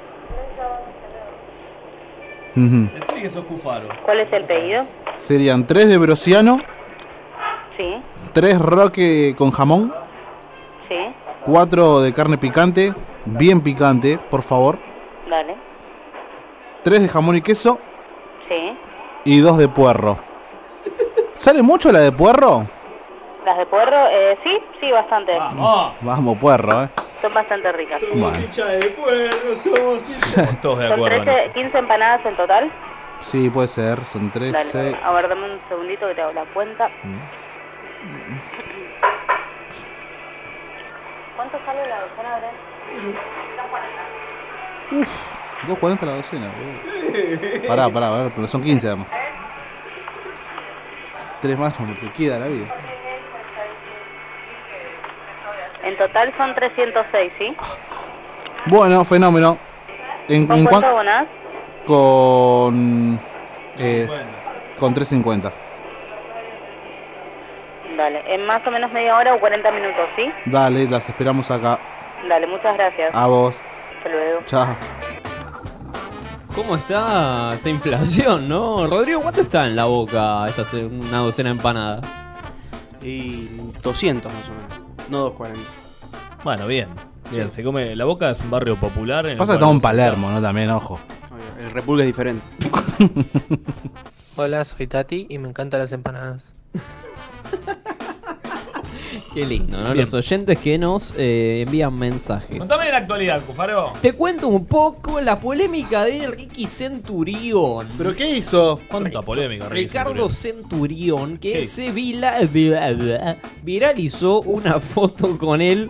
Speaker 7: Ujú.
Speaker 22: Decirle que sos Cufaro. ¿Cuál es el pedido?
Speaker 7: Serían tres de Brosiano,
Speaker 22: Sí,
Speaker 7: tres roque con jamón,
Speaker 22: sí,
Speaker 7: cuatro de carne picante, bien picante, por favor,
Speaker 22: dale.
Speaker 7: tres de jamón y queso
Speaker 22: Sí.
Speaker 7: y dos de puerro. ¿Sale mucho la de puerro?
Speaker 22: ¿Las de puerro? Eh, sí, sí, bastante.
Speaker 7: Vamos, puerro, eh.
Speaker 22: Son bastante ricas.
Speaker 7: Bueno.
Speaker 22: de puerro, somos
Speaker 8: Todos de
Speaker 22: Son
Speaker 8: acuerdo. en
Speaker 22: 13, 15 empanadas en total.
Speaker 7: Sí, puede ser, son tres, seis.
Speaker 22: Dale, a ver, dame un segundito que te hago la cuenta. ¿Cuánto sale la docena de...?
Speaker 7: 2.40 la docena, boludo. Pará, pará, pará, pero son 15 además. Tres más, no te queda la vida.
Speaker 22: En total son 306, ¿sí?
Speaker 7: Bueno, fenómeno. En,
Speaker 22: ¿Con
Speaker 7: en
Speaker 22: cuánto
Speaker 7: cuan-
Speaker 22: abonás?
Speaker 7: Con. eh, con 3.50.
Speaker 22: Dale, en más o menos media hora o 40 minutos, ¿sí?
Speaker 7: Dale, las esperamos acá.
Speaker 22: Dale, muchas gracias.
Speaker 7: A vos.
Speaker 22: Hasta luego.
Speaker 7: Chao.
Speaker 6: ¿Cómo está esa inflación, no? Rodrigo, ¿cuánto está en la boca esta se- una docena de empanadas?
Speaker 2: Y 200 más o menos, no 240.
Speaker 8: Bueno, bien. Bien, se come. La Boca es un barrio popular. En el
Speaker 7: Pasa que
Speaker 8: cual
Speaker 7: estamos en
Speaker 8: se-
Speaker 7: Palermo, ¿no? También, ojo.
Speaker 2: El República es diferente.
Speaker 9: Hola, soy Tati y me encantan las empanadas.
Speaker 6: Qué lindo, ¿no?
Speaker 20: Bien.
Speaker 6: Los oyentes que nos eh, envían mensajes.
Speaker 8: Contame la actualidad, Cufaro.
Speaker 6: Te cuento un poco la polémica de Ricky Centurión.
Speaker 7: ¿Pero qué hizo?
Speaker 8: ¿Cuánta polémica, Ricky
Speaker 6: Ricardo Centurión, que se vila- vila- vila- viralizó una foto con él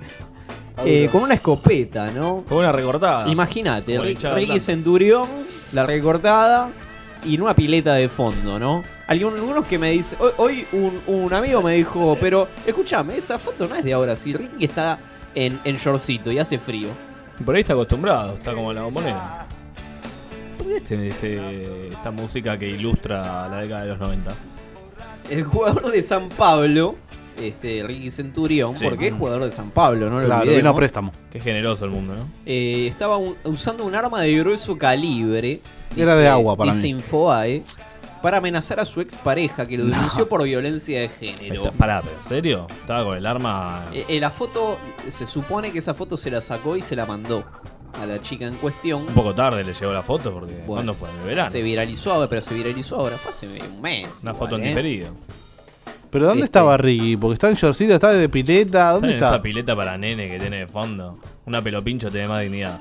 Speaker 6: eh,
Speaker 20: Habla.
Speaker 6: con una escopeta, ¿no?
Speaker 20: Con una
Speaker 8: Ah.
Speaker 20: recortada.
Speaker 6: Imagínate,
Speaker 20: Por
Speaker 6: Ri-
Speaker 20: hinchada
Speaker 6: Ricky
Speaker 20: blanca.
Speaker 6: Centurión, la recortada y en una pileta de fondo, ¿no? Algunos, algunos que me dicen, hoy, hoy un, un amigo me dijo, pero escúchame, esa foto no es de ahora, si Ricky está en, en shortcito y hace frío.
Speaker 8: Por ahí está acostumbrado, está como la bombonera. ¿Por qué este- este- esta música que ilustra la década de los 90?
Speaker 6: El jugador de San Pablo, este Ricky Centurión,
Speaker 8: Sí.
Speaker 6: porque es jugador de San Pablo, ¿no? Lo
Speaker 7: Claro,
Speaker 6: olvidemos.
Speaker 7: vino a préstamo.
Speaker 8: Qué generoso el mundo, ¿no?
Speaker 6: Eh, estaba un- usando un arma de grueso calibre.
Speaker 7: Era de agua para
Speaker 6: dice
Speaker 7: mí.
Speaker 6: Infobae. Para amenazar a su expareja que lo
Speaker 8: No.
Speaker 6: denunció por violencia de género.
Speaker 8: Está- pará, pero ¿en serio? Estaba con el arma.
Speaker 6: Eh, eh, la foto, se supone que esa foto se la sacó y se la mandó a la chica en cuestión.
Speaker 8: Un poco tarde le llegó la foto porque. ¿Cuándo fue? En el verano.
Speaker 6: Se viralizó ahora, pero se viralizó ahora. Fue hace un mes.
Speaker 8: Una
Speaker 6: igual,
Speaker 8: foto en
Speaker 6: ¿eh?
Speaker 8: diferido.
Speaker 7: ¿Pero
Speaker 6: Este.
Speaker 7: dónde estaba Ricky? Porque está en shortcito, está de pileta. ¿Dónde
Speaker 8: ¿Saben esa
Speaker 7: está?
Speaker 8: pileta para nene que tiene de fondo? Una pelopincho tiene más dignidad.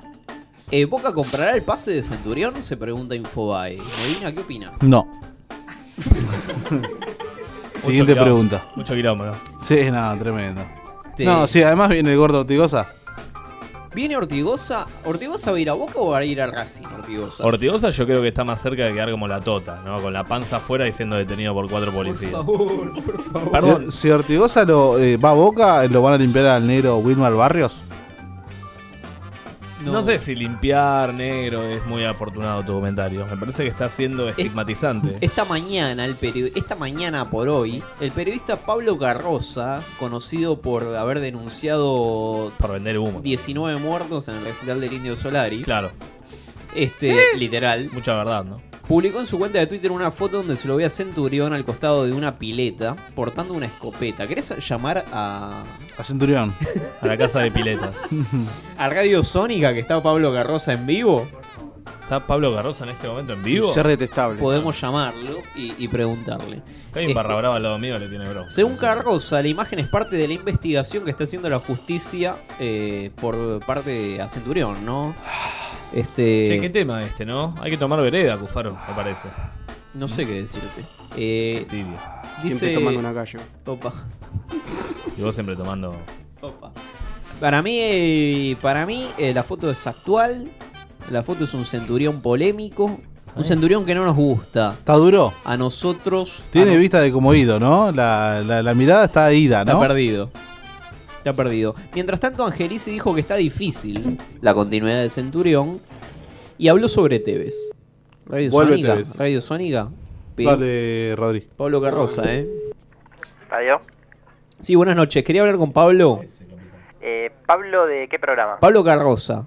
Speaker 6: Eh, ¿Boca comprará el pase de Centurión? Se pregunta Infobae. Medina, ¿qué opinas?
Speaker 7: No. Siguiente
Speaker 8: quilombo.
Speaker 7: pregunta.
Speaker 8: Mucho quilombo, ¿no?
Speaker 7: Sí, nada, tremendo.
Speaker 6: Te-
Speaker 7: No, sí, además viene el gordo Ortigosa.
Speaker 6: ¿Viene Ortigosa? ¿Ortigosa va a ir a Boca o va a ir a Racing Ortigosa?
Speaker 8: Ortigosa yo creo que está más cerca de quedar como la tota, ¿no? Con la panza afuera y siendo detenido por cuatro policías.
Speaker 6: favor, por favor.
Speaker 8: Perdón.
Speaker 7: Si, si Ortigosa lo, eh, va a boca, ¿lo van a limpiar al negro Wilmar Barrios?
Speaker 8: No. sé si limpiar negro es muy afortunado tu comentario. Me parece que está siendo estigmatizante.
Speaker 6: Esta mañana, el peri- esta mañana por hoy, el periodista Pablo Carroza, conocido por haber denunciado
Speaker 8: por vender humo,
Speaker 6: 19 muertos en el recital del Indio Solari.
Speaker 8: Claro.
Speaker 6: Este, literal.
Speaker 8: Mucha verdad, ¿no?
Speaker 6: Publicó en su cuenta de Twitter una foto donde se lo ve a Centurión al costado de una pileta portando una escopeta. ¿Querés llamar a,
Speaker 7: A Centurión.
Speaker 8: A la casa de piletas.
Speaker 6: a Radio Sónica que está Pablo Carroza en vivo?
Speaker 8: ¿Está Pablo Carroza en este momento en vivo?
Speaker 6: detestable. Podemos llamarlo y, y preguntarle.
Speaker 8: Hay un
Speaker 6: Este,
Speaker 8: barra brava al lado mío que le tiene bro.
Speaker 6: Según Carroza, la imagen es parte de la investigación que está haciendo la justicia eh, por parte de a Centurión, ¿no? Este,
Speaker 8: Che, qué tema este, ¿no? Hay que tomar vereda, Cufaro, me parece.
Speaker 6: No sé qué decirte. Eh,
Speaker 2: Siempre tomando una calle.
Speaker 6: Opa.
Speaker 8: Y vos siempre tomando.
Speaker 6: Para mí, eh, para mí eh, la foto es actual. La foto es un centurión polémico. Un centurión que no nos gusta.
Speaker 7: ¿Está duro?
Speaker 6: A nosotros.
Speaker 7: Tiene
Speaker 6: a Ah, no-
Speaker 7: vista de como ido, ¿no? La, la- la mirada está ida, ¿no?
Speaker 6: Está perdido. Está perdido. Mientras tanto, Angelici dijo que está difícil la continuidad de Centurión y habló sobre Tevez. Radio
Speaker 7: Vuelve
Speaker 6: Sónica.
Speaker 7: Tevez.
Speaker 6: Radio Sónica. Pe-
Speaker 7: Dale, Rodri.
Speaker 6: Pablo Carroza, ¿eh?
Speaker 22: ¿Adiós?
Speaker 6: Sí, buenas noches. Quería hablar con Pablo.
Speaker 22: Eh, Pablo, ¿de qué programa?
Speaker 6: Pablo Carroza.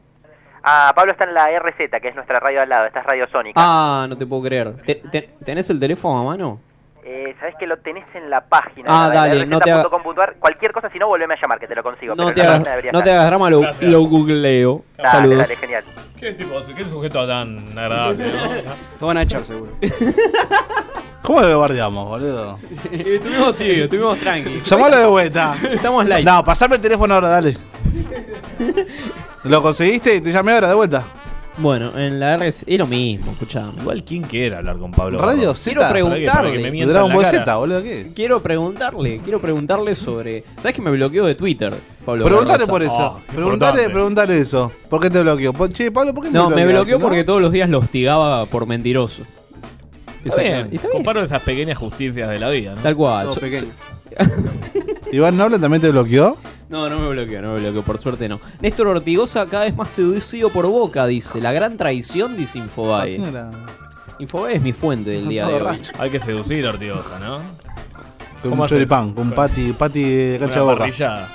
Speaker 22: Ah, Pablo está en la RZ, que es nuestra radio al lado, esta es Radio Sónica.
Speaker 6: Ah, no te puedo creer. Te- te- ¿Tenés el teléfono a mano?
Speaker 22: Eh, Sabes que lo tenés en la página.
Speaker 6: Ah,
Speaker 22: la- la
Speaker 6: dale, no te haga-
Speaker 22: RZ.com.ar. Cualquier cosa, si no, volveme a llamar, que te lo consigo.
Speaker 6: No
Speaker 22: pero
Speaker 6: te
Speaker 22: en la
Speaker 6: hagas,
Speaker 22: página debería
Speaker 6: no te
Speaker 22: estar.
Speaker 6: hagas drama, lo, lo googleo.
Speaker 22: Dale,
Speaker 6: Saludos.
Speaker 22: dale, genial.
Speaker 8: ¿Qué tipo, qué sujeto tan agradable, ¿no?
Speaker 2: Lo van a echar seguro.
Speaker 7: ¿Cómo lo guardamos, boludo?
Speaker 6: Eh, estuvimos tibio, estuvimos tranqui.
Speaker 7: Llamalo de vuelta.
Speaker 6: Estamos live.
Speaker 7: No, pasame el teléfono ahora, dale. ¿Lo conseguiste? Te llamé ahora de vuelta.
Speaker 6: Bueno, en la RS es lo mismo, escuchame.
Speaker 8: Igual, ¿quién quiere hablar con Pablo?
Speaker 7: Radio
Speaker 8: Carroza?
Speaker 7: Z.
Speaker 6: Quiero
Speaker 8: Para que
Speaker 6: preguntarle.
Speaker 8: me mienta en Dragon la Ball cara. Z,
Speaker 7: boludo, ¿qué?
Speaker 6: Quiero preguntarle, quiero preguntarle sobre. ¿Sabes que me bloqueó de Twitter, Pablo?
Speaker 7: Preguntale
Speaker 6: Barrosa?
Speaker 7: por
Speaker 8: Ah,
Speaker 7: eso. preguntale, preguntale eso. ¿Por qué te bloqueó? Po- Che, Pablo, ¿por qué
Speaker 6: No, me bloqueó
Speaker 7: bloqueaste, no?
Speaker 6: porque todos los días lo hostigaba por mentiroso.
Speaker 8: Está bien,
Speaker 6: Exactamente.
Speaker 8: comparo esas pequeñas justicias de la vida, ¿no?
Speaker 6: Tal cual.
Speaker 8: Todo
Speaker 6: So-
Speaker 8: pequeño.
Speaker 7: Iván Noble también te bloqueó.
Speaker 6: No, no me bloqueó, no me bloqueó, por suerte no. Néstor Ortigosa cada vez más seducido por Boca, dice. La gran traición, dice Infobae.
Speaker 8: Ah,
Speaker 6: Infobae es mi fuente del día de hoy.
Speaker 8: Hay que seducir a Ortigosa, ¿no?
Speaker 7: Con
Speaker 8: ¿Cómo
Speaker 7: un
Speaker 8: haces?
Speaker 7: choripán, con un pati, pati de
Speaker 8: Con
Speaker 7: cancha
Speaker 8: una
Speaker 7: borra.
Speaker 8: parrillada.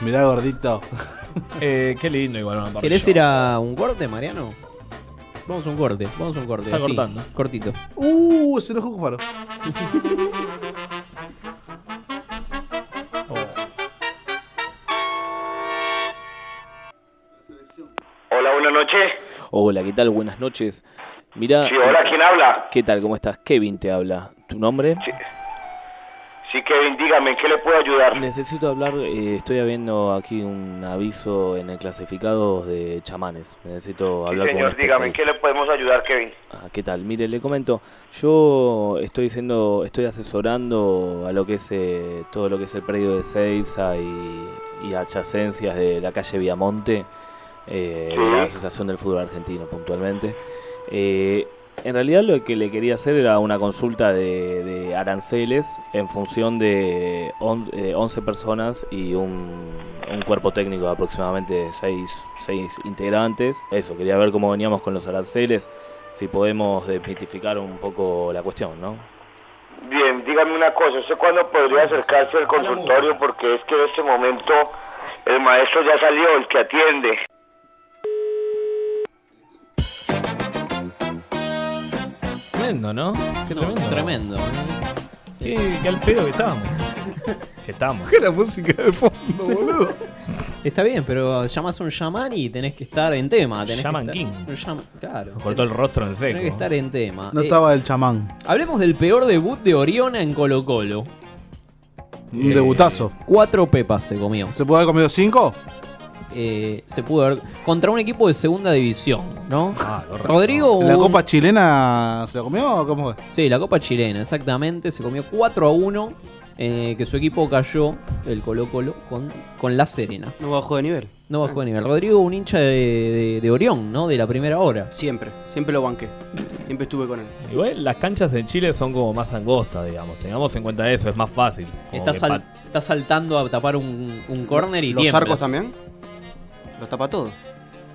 Speaker 7: Mirá, gordito.
Speaker 8: Eh, qué lindo igual una
Speaker 6: ¿Querés
Speaker 8: parrillada.
Speaker 6: ir a un corte, Mariano? Vamos a un corte, vamos a un corte.
Speaker 8: Está
Speaker 6: así,
Speaker 8: cortando.
Speaker 6: Cortito.
Speaker 7: Uh, se enojó Cufaro.
Speaker 3: Hola, buenas noches.
Speaker 6: Hola, ¿qué tal? Buenas noches. Mira.
Speaker 3: Sí, hola, ¿quién habla?
Speaker 6: ¿Qué tal? ¿Cómo estás? Kevin te habla. ¿Tu nombre?
Speaker 3: Sí, Kevin, dígame, ¿en qué le puedo ayudar?
Speaker 6: Necesito hablar, eh, estoy viendo aquí un aviso en el clasificado de chamanes. Necesito
Speaker 3: Sí,
Speaker 6: hablar con un
Speaker 3: señor, dígame, ¿en
Speaker 6: especialista.
Speaker 3: qué le podemos ayudar, Kevin?
Speaker 6: Ah, ¿Qué tal? Mire, le comento, yo estoy siendo, estoy asesorando a lo que es eh, todo lo que es el predio de Seiza y, y adyacencias de la calle Viamonte, eh, de la Asociación del Fútbol Argentino puntualmente. Eh, en realidad lo que le quería hacer era una consulta de, de aranceles en función de on- eh, 11 personas y un, un cuerpo técnico de aproximadamente 6, integrantes. Eso, quería ver cómo veníamos con los aranceles, si podemos desmitificar un poco la cuestión, ¿no?
Speaker 3: Bien, dígame una cosa, ¿usted cuándo podría acercarse al consultorio? Porque es que en este momento el maestro ya salió, el que atiende.
Speaker 8: Tremendo, ¿no? Qué tremendo.
Speaker 6: tremendo.
Speaker 8: Qué, qué al pedo que estábamos. que estábamos.
Speaker 6: ¿Qué la música de fondo,
Speaker 8: boludo?
Speaker 6: Está bien, pero llamas un chamán y tenés que estar en tema. Tenés
Speaker 8: Shaman
Speaker 6: que estar-
Speaker 8: King.
Speaker 6: Un shaman- claro.
Speaker 8: cortó el rostro en seco.
Speaker 6: Tenés que estar en tema.
Speaker 7: No
Speaker 6: Eh,
Speaker 7: estaba el chamán.
Speaker 6: Hablemos del peor debut de Oriona en Colo Colo.
Speaker 7: Un debutazo.
Speaker 6: Cuatro pepas se comió. Eh,
Speaker 7: ¿Se puede haber comido cinco?
Speaker 6: se pudo haber... Contra un equipo de segunda división, ¿no?
Speaker 8: Ah,
Speaker 6: Rodrigo...
Speaker 7: ¿La
Speaker 6: un-
Speaker 7: copa chilena se la comió o cómo fue?
Speaker 6: Sí, la Copa Chilena, exactamente. Se comió 4 a 1. eh, que su equipo cayó, el Colo Colo, con, con La Serena.
Speaker 2: No bajó de nivel.
Speaker 6: No bajó de nivel. Rodrigo, un hincha de, de- de Orión, ¿no? De la primera hora.
Speaker 2: Siempre, siempre lo banqué. Siempre estuve con él.
Speaker 8: Igual las canchas en Chile son como más angostas, digamos. Tengamos en cuenta eso, es más fácil. Como
Speaker 6: Está,
Speaker 8: que
Speaker 6: sal-
Speaker 8: pa-
Speaker 6: está saltando a tapar un, un córner y
Speaker 2: ¿Los
Speaker 6: tiembla.
Speaker 2: arcos también? Los tapa todo.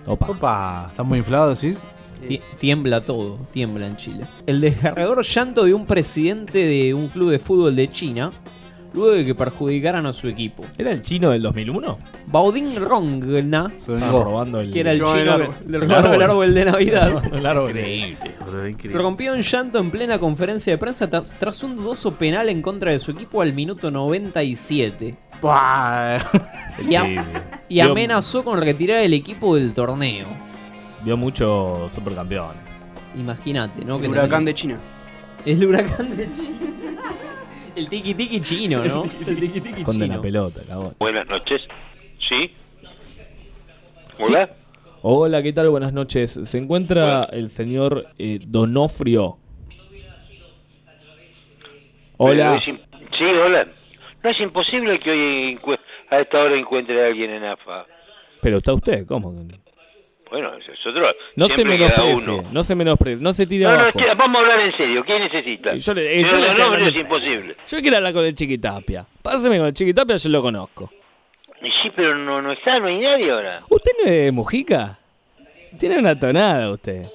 Speaker 6: Opa.
Speaker 7: Está muy inflado, decís.
Speaker 6: Tie- Tiembla todo, tiembla en Chile. El desgarrador llanto de un presidente de un club de fútbol de China, luego de que perjudicaran a su equipo.
Speaker 8: ¿Era el chino del 2001?
Speaker 6: Baudín Rongna,
Speaker 8: Estaba robando el-
Speaker 6: que era el
Speaker 8: Yo, el
Speaker 6: chino
Speaker 8: árbol.
Speaker 6: que le robaron el árbol de Navidad.
Speaker 8: El árbol. Increíble, boludo, increíble.
Speaker 6: Rompió en llanto en plena conferencia de prensa tras, tras un dudoso penal en contra de su equipo al minuto 97. Y, a- y
Speaker 8: Vio-
Speaker 6: amenazó con retirar el equipo del torneo.
Speaker 8: Vio mucho supercampeón.
Speaker 6: Imagínate, ¿no?
Speaker 2: El
Speaker 6: Que
Speaker 2: huracán
Speaker 6: tenía-
Speaker 2: de China.
Speaker 6: El huracán de China. El tiki tiki chino, ¿no?
Speaker 2: El
Speaker 6: El tiki tiki
Speaker 8: Esconde la
Speaker 6: chino.
Speaker 8: pelota, cagón.
Speaker 3: Buenas noches. ¿Sí?
Speaker 8: Hola. Hola, ¿qué tal? Buenas noches. Se encuentra el señor eh, Donofrio.
Speaker 3: Pero
Speaker 8: Hola.
Speaker 3: es im- Eh, sí, hola. No es imposible que hoy Ah, encu- a esta hora encuentre a alguien en AFA.
Speaker 8: Pero está usted, ¿cómo? que no?
Speaker 3: Bueno, eso es otro.
Speaker 8: No se
Speaker 3: Siempre queda
Speaker 8: menosprecie,
Speaker 3: uno.
Speaker 8: no se menosprecie, no se tire
Speaker 3: No, no,
Speaker 8: abajo.
Speaker 3: espera, vamos a hablar en serio. ¿Quién necesita?
Speaker 8: Yo le- eh,
Speaker 3: Pero
Speaker 8: yo
Speaker 3: los
Speaker 8: le estoy
Speaker 3: nombres
Speaker 8: hablando
Speaker 3: es imposible.
Speaker 8: Yo quiero hablar con el Chiquitapia. Páseme con el Chiquitapia, yo lo conozco.
Speaker 3: Y Sí, pero no, no está, no hay nadie ahora.
Speaker 8: ¿Usted no es Mujica? Tiene una tonada usted.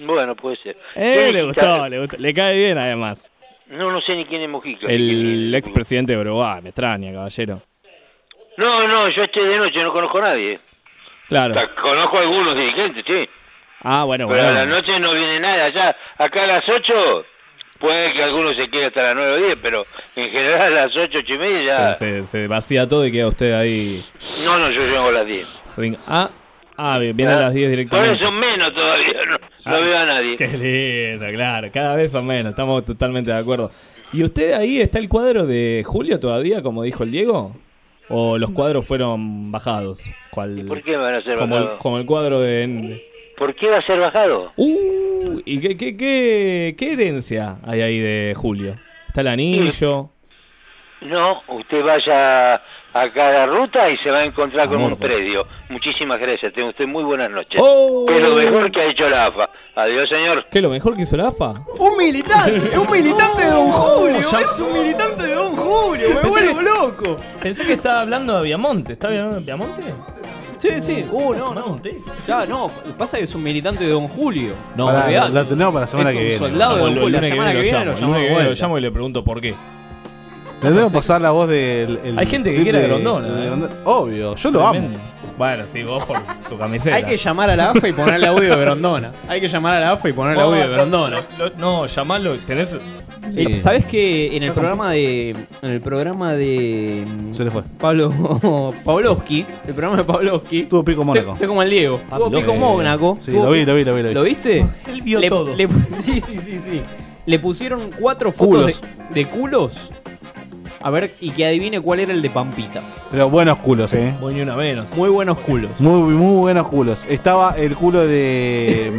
Speaker 3: Bueno, puede ser. ¿Quién
Speaker 8: Eh, le
Speaker 3: es
Speaker 8: gustó,
Speaker 3: Quintana?
Speaker 8: le gustó. Le cae bien además.
Speaker 3: No, no sé ni quién es Mojica.
Speaker 8: El expresidente de Uruguay, me extraña, caballero.
Speaker 3: No, no, yo estoy de noche, no conozco a nadie.
Speaker 8: Claro.
Speaker 3: O sea, conozco a algunos dirigentes, sí.
Speaker 8: Ah, bueno,
Speaker 3: Pero a la
Speaker 8: bueno.
Speaker 3: noche no viene nada ya. Acá a las 8, puede que algunos se quede hasta las 9 o 10, pero en general a las 8, 8 y media ya...
Speaker 8: Se, se- se vacía todo y queda usted ahí.
Speaker 3: No, no, yo llego a las 10.
Speaker 8: Ring. Ah, ah, bien, viene a
Speaker 3: Ah,
Speaker 8: las 10
Speaker 3: Por
Speaker 8: directamente.
Speaker 3: eso menos todavía, no, no
Speaker 8: Ah,
Speaker 3: veo a nadie.
Speaker 8: Qué lindo, claro. Cada vez son menos, estamos totalmente de acuerdo. ¿Y usted ahí está el cuadro de Julio todavía, como dijo el Diego? ¿O los cuadros fueron bajados? ¿Cuál-
Speaker 3: ¿Por qué van a ser
Speaker 8: como, el,
Speaker 3: bajados?
Speaker 8: como el cuadro de...
Speaker 3: ¿Por qué va a ser bajado?
Speaker 8: Uh, ¿Y qué, qué, qué, qué herencia hay ahí de Julio? Está el
Speaker 3: Mm,
Speaker 8: anillo.
Speaker 3: No, usted vaya a cada ruta y se va a encontrar con un predio. Muchísimas gracias, tenga usted muy buenas noches.
Speaker 8: Oh.
Speaker 3: Que es lo mejor que ha hecho la AFA. Adiós, señor.
Speaker 8: ¿Qué es lo mejor que hizo la AFA?
Speaker 13: Un militante, un militante de Don Julio.
Speaker 8: ya-
Speaker 13: Es un militante de Don Julio. Me
Speaker 8: Pensé
Speaker 13: vuelvo
Speaker 8: que-
Speaker 13: loco.
Speaker 8: Pensé que estaba hablando de Viamonte. ¿Está hablando de Viamonte?
Speaker 6: Sí, sí. Uh, no, no. Ya, no. Pasa que es un militante de Don Julio.
Speaker 8: No,
Speaker 7: Pará,
Speaker 8: olvidate.
Speaker 7: la tenemos para la semana
Speaker 6: Es
Speaker 7: que
Speaker 6: un
Speaker 7: viene.
Speaker 6: soldado de Don Julio. Ah, La semana que viene lo llamamos de
Speaker 8: llamo, el lunes que viene lo
Speaker 6: vuelta.
Speaker 8: llamo y le pregunto por qué.
Speaker 7: Le debo pasar la voz del. el
Speaker 8: Hay gente que
Speaker 7: clip
Speaker 8: quiere a
Speaker 7: de-
Speaker 8: Grondona,
Speaker 7: de
Speaker 8: eh.
Speaker 7: Obvio, yo lo amo.
Speaker 8: Bueno, sí, vos por tu camiseta.
Speaker 13: Hay que llamar a la AFA y ponerle audio de Grondona. Hay que llamar a la AFA y ponerle audio de Grondona.
Speaker 8: Lo- No, llamalo, tenés.
Speaker 13: Sí.
Speaker 6: ¿Sabes que en el programa de. En el programa de. mm,
Speaker 7: Se le fue.
Speaker 6: Pablo. Pavlovsky. El programa de Pavlovsky.
Speaker 7: Tuvo pico
Speaker 6: Mónaco. Estoy como el Diego. Tuvo pico
Speaker 7: eh,
Speaker 6: Mónaco.
Speaker 7: sí,
Speaker 6: tuvo
Speaker 7: lo vi,
Speaker 6: pico-
Speaker 7: lo vi, lo vi, lo vi.
Speaker 6: ¿Lo viste? Él
Speaker 8: vio todo.
Speaker 6: sí, sí, sí, sí. Le pusieron cuatro fotos
Speaker 7: Culos.
Speaker 6: de, de culos. A ver, y que adivine cuál era el de Pampita.
Speaker 7: Pero buenos culos, eh.
Speaker 8: Voy ni una menos.
Speaker 6: Muy buenos culos.
Speaker 7: Muy, muy buenos culos. Estaba el culo de.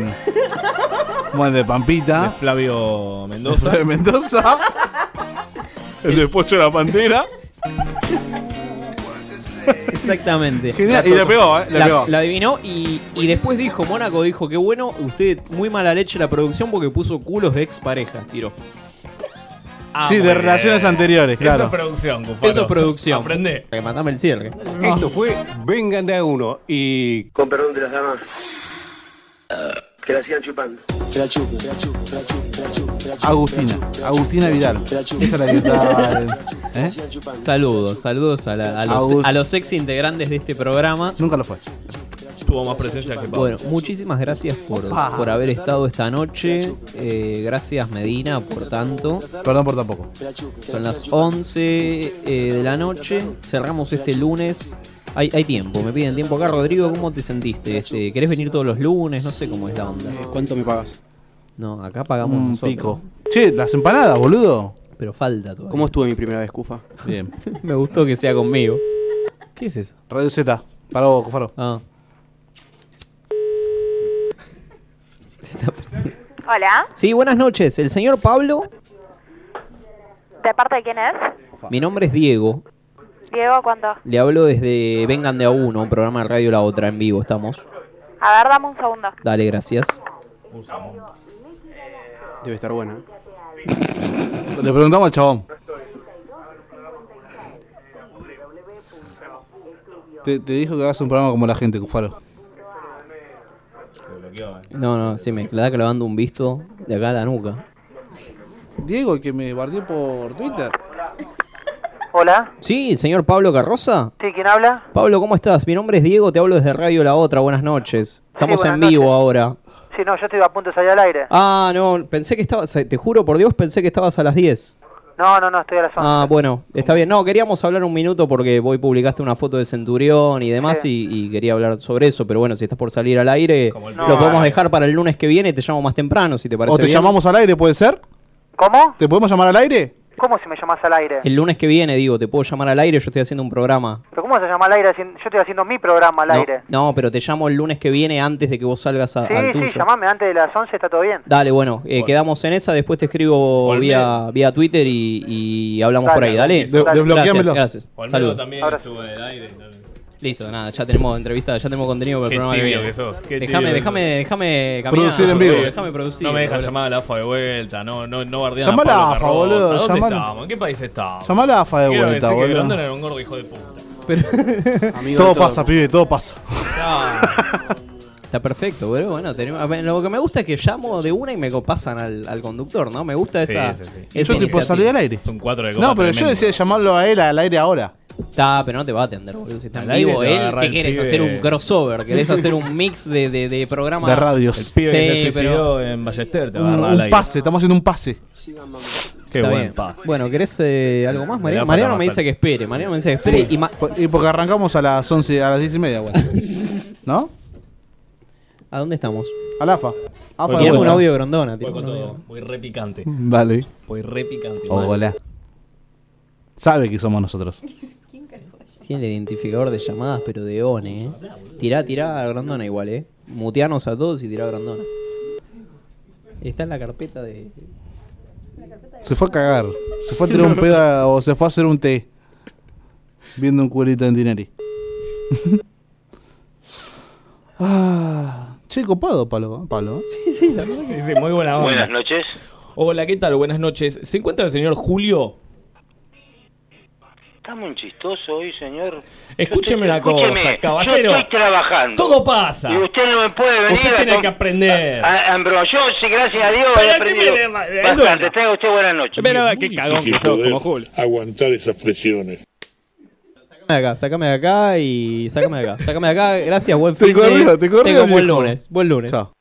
Speaker 7: mm, bueno, de Pampita.
Speaker 6: ¿Ah?
Speaker 7: De
Speaker 8: Flavio Mendoza.
Speaker 7: De Mendoza. el de Pocho de la Pantera.
Speaker 6: Exactamente.
Speaker 7: Genial, y le pegó, eh, le
Speaker 6: la,
Speaker 7: pegó.
Speaker 6: la adivinó y, y después dijo, Mónaco dijo, qué bueno, usted muy mala leche la producción porque puso culos de ex pareja, tiró.
Speaker 8: Ah,
Speaker 7: Sí, de
Speaker 6: muy bien.
Speaker 7: relaciones anteriores, claro.
Speaker 8: producción,
Speaker 6: Eso es producción.
Speaker 8: Aprende.
Speaker 13: Que matame el cierre.
Speaker 4: Esto fue Vengan de a uno y.
Speaker 5: Con perdón de las damas. Que la sigan chupando. Que la chupen, que la chupen, que la chupen, que la chupen, que la chupen.
Speaker 7: Agustina. Agustina Vidal. Esa es la que estaba. ¿eh?
Speaker 6: Saludos, saludos a, la- a los,
Speaker 7: Agus.
Speaker 6: a los ex integrantes de este programa.
Speaker 7: Nunca lo fue.
Speaker 8: Tuvo más presencia que Pablo.
Speaker 6: Bueno, muchísimas gracias por,
Speaker 7: Opa.
Speaker 6: por haber estado esta noche. Eh, gracias Medina por tanto.
Speaker 7: Perdón por tampoco.
Speaker 6: Son las 11 eh, de la noche. Cerramos este lunes. Hay, hay tiempo, me piden tiempo acá. Rodrigo, ¿cómo te sentiste? Este, ¿Querés venir todos los lunes? No sé cómo es la onda.
Speaker 2: ¿Cuánto me pagas?
Speaker 6: No, acá pagamos
Speaker 7: Un
Speaker 6: nosotros.
Speaker 7: pico. Che, las empanadas, boludo.
Speaker 6: Pero falta todavía.
Speaker 2: ¿Cómo estuve mi primera vez, Cufa?
Speaker 7: Bien.
Speaker 6: me gustó que sea conmigo. ¿Qué es eso?
Speaker 7: Radio Z. Para vos, Cufaro.
Speaker 6: Ah.
Speaker 23: Hola,
Speaker 6: Sí, buenas noches. El señor Pablo,
Speaker 23: ¿de parte de quién es?
Speaker 6: mi nombre es Diego.
Speaker 23: Diego, ¿cuándo?
Speaker 6: Le hablo desde Vengan de a uno, un programa de radio La Otra en vivo. Estamos.
Speaker 23: A ver, dame un segundo.
Speaker 6: Dale, gracias.
Speaker 2: Debe estar buena. ¿eh?
Speaker 7: Le preguntamos al chabón. Te, te dijo que hagas un programa como la gente, Cufaro.
Speaker 6: No, no, sí, me la verdad que le mando un visto de acá a la nuca.
Speaker 7: Diego, el que me bardeó por Twitter.
Speaker 23: Hola,
Speaker 6: Sí, señor Pablo Carroza.
Speaker 23: ¿sí quién habla?
Speaker 6: Pablo, ¿cómo estás? Mi nombre es Diego, te hablo desde Radio La Otra. Buenas noches. Estamos
Speaker 23: buenas
Speaker 6: en vivo ahora.
Speaker 23: Sí, no, yo estoy a punto de salir al aire.
Speaker 6: Ah, no, pensé que estabas, te juro por Dios, pensé que estabas a las 10.
Speaker 23: No, no, no, estoy a la zona.
Speaker 6: Ah, bueno, está bien. No, queríamos hablar un minuto porque hoy publicaste una foto de Centurión y demás y, y quería hablar sobre eso, pero bueno, si estás por salir al aire, lo
Speaker 23: No,
Speaker 6: podemos
Speaker 23: vale.
Speaker 6: dejar para el lunes que viene, te llamo más temprano, si te parece
Speaker 7: ¿O te
Speaker 6: bien.
Speaker 7: llamamos al aire, puede ser?
Speaker 23: ¿Cómo?
Speaker 7: ¿Te podemos llamar al aire?
Speaker 23: ¿Cómo si me llamás al aire?
Speaker 6: El lunes que viene, digo, te puedo llamar al aire, yo estoy haciendo un programa.
Speaker 23: ¿Pero cómo se llama al aire? Si- Yo estoy haciendo mi programa al
Speaker 6: no,
Speaker 23: aire.
Speaker 6: No, pero te llamo el lunes que viene antes de que vos salgas a-
Speaker 23: Sí,
Speaker 6: al tuyo.
Speaker 23: sí, llamame antes de las 11, está todo bien.
Speaker 6: Dale, bueno, eh, quedamos en esa, después te escribo vía, vía Twitter y, y hablamos por ahí, dale.
Speaker 7: De- Dale. desbloqueámelo.
Speaker 6: Gracias, gracias.
Speaker 8: Olmedo
Speaker 6: Saludos.
Speaker 8: también estuvo en el aire. no-
Speaker 6: Listo, nada, ya tenemos entrevista, ya tenemos contenido para
Speaker 8: Qué
Speaker 6: el programa. que
Speaker 8: tibio
Speaker 6: viene.
Speaker 8: que sos, qué
Speaker 6: Déjame,
Speaker 8: tibio.
Speaker 6: déjame, déjame caminar. Déjame producir.
Speaker 8: No me dejan
Speaker 6: boludo.
Speaker 8: llamar a la AFA de vuelta. No, no, no bardean
Speaker 7: Llamá a la
Speaker 8: Pablo
Speaker 7: AFA,
Speaker 8: Carroza.
Speaker 7: boludo,
Speaker 8: ¿Dónde
Speaker 7: llamá-
Speaker 8: estamos? ¿En qué país estamos?
Speaker 7: Llamá a la AFA de
Speaker 8: Quiero
Speaker 7: vuelta,
Speaker 8: decir que
Speaker 7: boludo.
Speaker 8: Grondona era un gordo hijo de puta.
Speaker 2: Amigo
Speaker 7: todo,
Speaker 2: de todo.
Speaker 7: pasa, pibe, todo pasa.
Speaker 6: Está perfecto, pero bueno, tenemos- a ver, lo que me gusta es que llamo de una y me co- pasan al, al conductor, ¿no? Me gusta
Speaker 8: Sí,
Speaker 6: esa.
Speaker 8: sí, sí.
Speaker 6: esa
Speaker 7: Yo tipo
Speaker 6: iniciativa.
Speaker 7: salí al aire.
Speaker 8: Son cuatro de copa
Speaker 7: No, pero yo
Speaker 8: tremendo.
Speaker 7: decía llamarlo a él al aire ahora.
Speaker 6: Está, pero no te va a atender, boludo. Si está en
Speaker 8: Al aire
Speaker 6: vivo,
Speaker 8: te va a
Speaker 6: él,
Speaker 8: agarrar
Speaker 6: ¿qué
Speaker 8: el
Speaker 6: querés?
Speaker 8: pibe.
Speaker 6: ¿Hacer un crossover? ¿Querés hacer un mix de, de, de programas?
Speaker 7: De radios.
Speaker 8: El pibe
Speaker 6: Sí,
Speaker 8: que se
Speaker 6: pero-
Speaker 8: suicidó en Ballester te va
Speaker 7: Un,
Speaker 8: a agarrar
Speaker 7: un
Speaker 8: al aire.
Speaker 7: pase, estamos haciendo un pase.
Speaker 8: Qué
Speaker 6: Está
Speaker 8: buen
Speaker 6: bien.
Speaker 8: pase.
Speaker 6: Bueno, ¿querés eh, algo más? Mariano,
Speaker 8: Mariano
Speaker 6: Mariano me dice
Speaker 8: Patamazal.
Speaker 6: que espere. Mariano me dice que espere. Y ma-
Speaker 7: Pues, Y porque arrancamos a las 11, a las 10 y media, bueno. ¿No?
Speaker 6: ¿A dónde estamos?
Speaker 7: Al AFA. AFA de
Speaker 6: Tirame un
Speaker 7: vuelta.
Speaker 6: audio de Grondona.
Speaker 8: Voy
Speaker 6: tirame
Speaker 8: con
Speaker 6: un audio.
Speaker 8: todo. Voy re picante.
Speaker 7: Dale.
Speaker 8: Voy re picante. mal.
Speaker 7: Hola. Sabe que somos nosotros.
Speaker 6: Tiene el identificador de llamadas, pero de ONE, ¿eh? Tirá, tirá a Grandona igual, ¿eh? Muteanos a todos y tirá a Grandona. Está en la carpeta de...
Speaker 7: Se fue a cagar. Se fue a tirar un pedo a- o se fue a hacer un té. Viendo un cuerito en Dineri. ah, che, copado, Pablo. ¿eh? Pablo.
Speaker 6: Sí, sí, la
Speaker 8: Sí, sí, muy buena onda.
Speaker 3: Buenas noches.
Speaker 8: Hola, ¿qué tal? Buenas noches. ¿Se encuentra el señor Julio?
Speaker 3: Está muy chistoso hoy, señor.
Speaker 8: Escúcheme una cosa,
Speaker 3: Escúcheme,
Speaker 8: caballero.
Speaker 3: Yo estoy trabajando.
Speaker 8: Todo pasa.
Speaker 3: Y usted no me puede venir
Speaker 8: Usted
Speaker 3: a
Speaker 8: tiene
Speaker 3: con-
Speaker 8: que aprender.
Speaker 3: A, a embrolló, sí, gracias a Dios.
Speaker 8: Pero
Speaker 3: he
Speaker 8: qué
Speaker 3: aprendido
Speaker 8: me le-
Speaker 3: Bastante. Tenga usted buenas noches.
Speaker 8: qué
Speaker 14: cagón
Speaker 24: que sos, como
Speaker 14: Aguantar esas presiones.
Speaker 6: Sácame de acá, sácame de acá y sácame de acá. Sácame de acá, gracias, buen
Speaker 7: Te
Speaker 6: fin de-
Speaker 7: corrió, te corrió,
Speaker 6: Tengo buen
Speaker 7: viejo.
Speaker 6: lunes, buen lunes.
Speaker 7: Chao.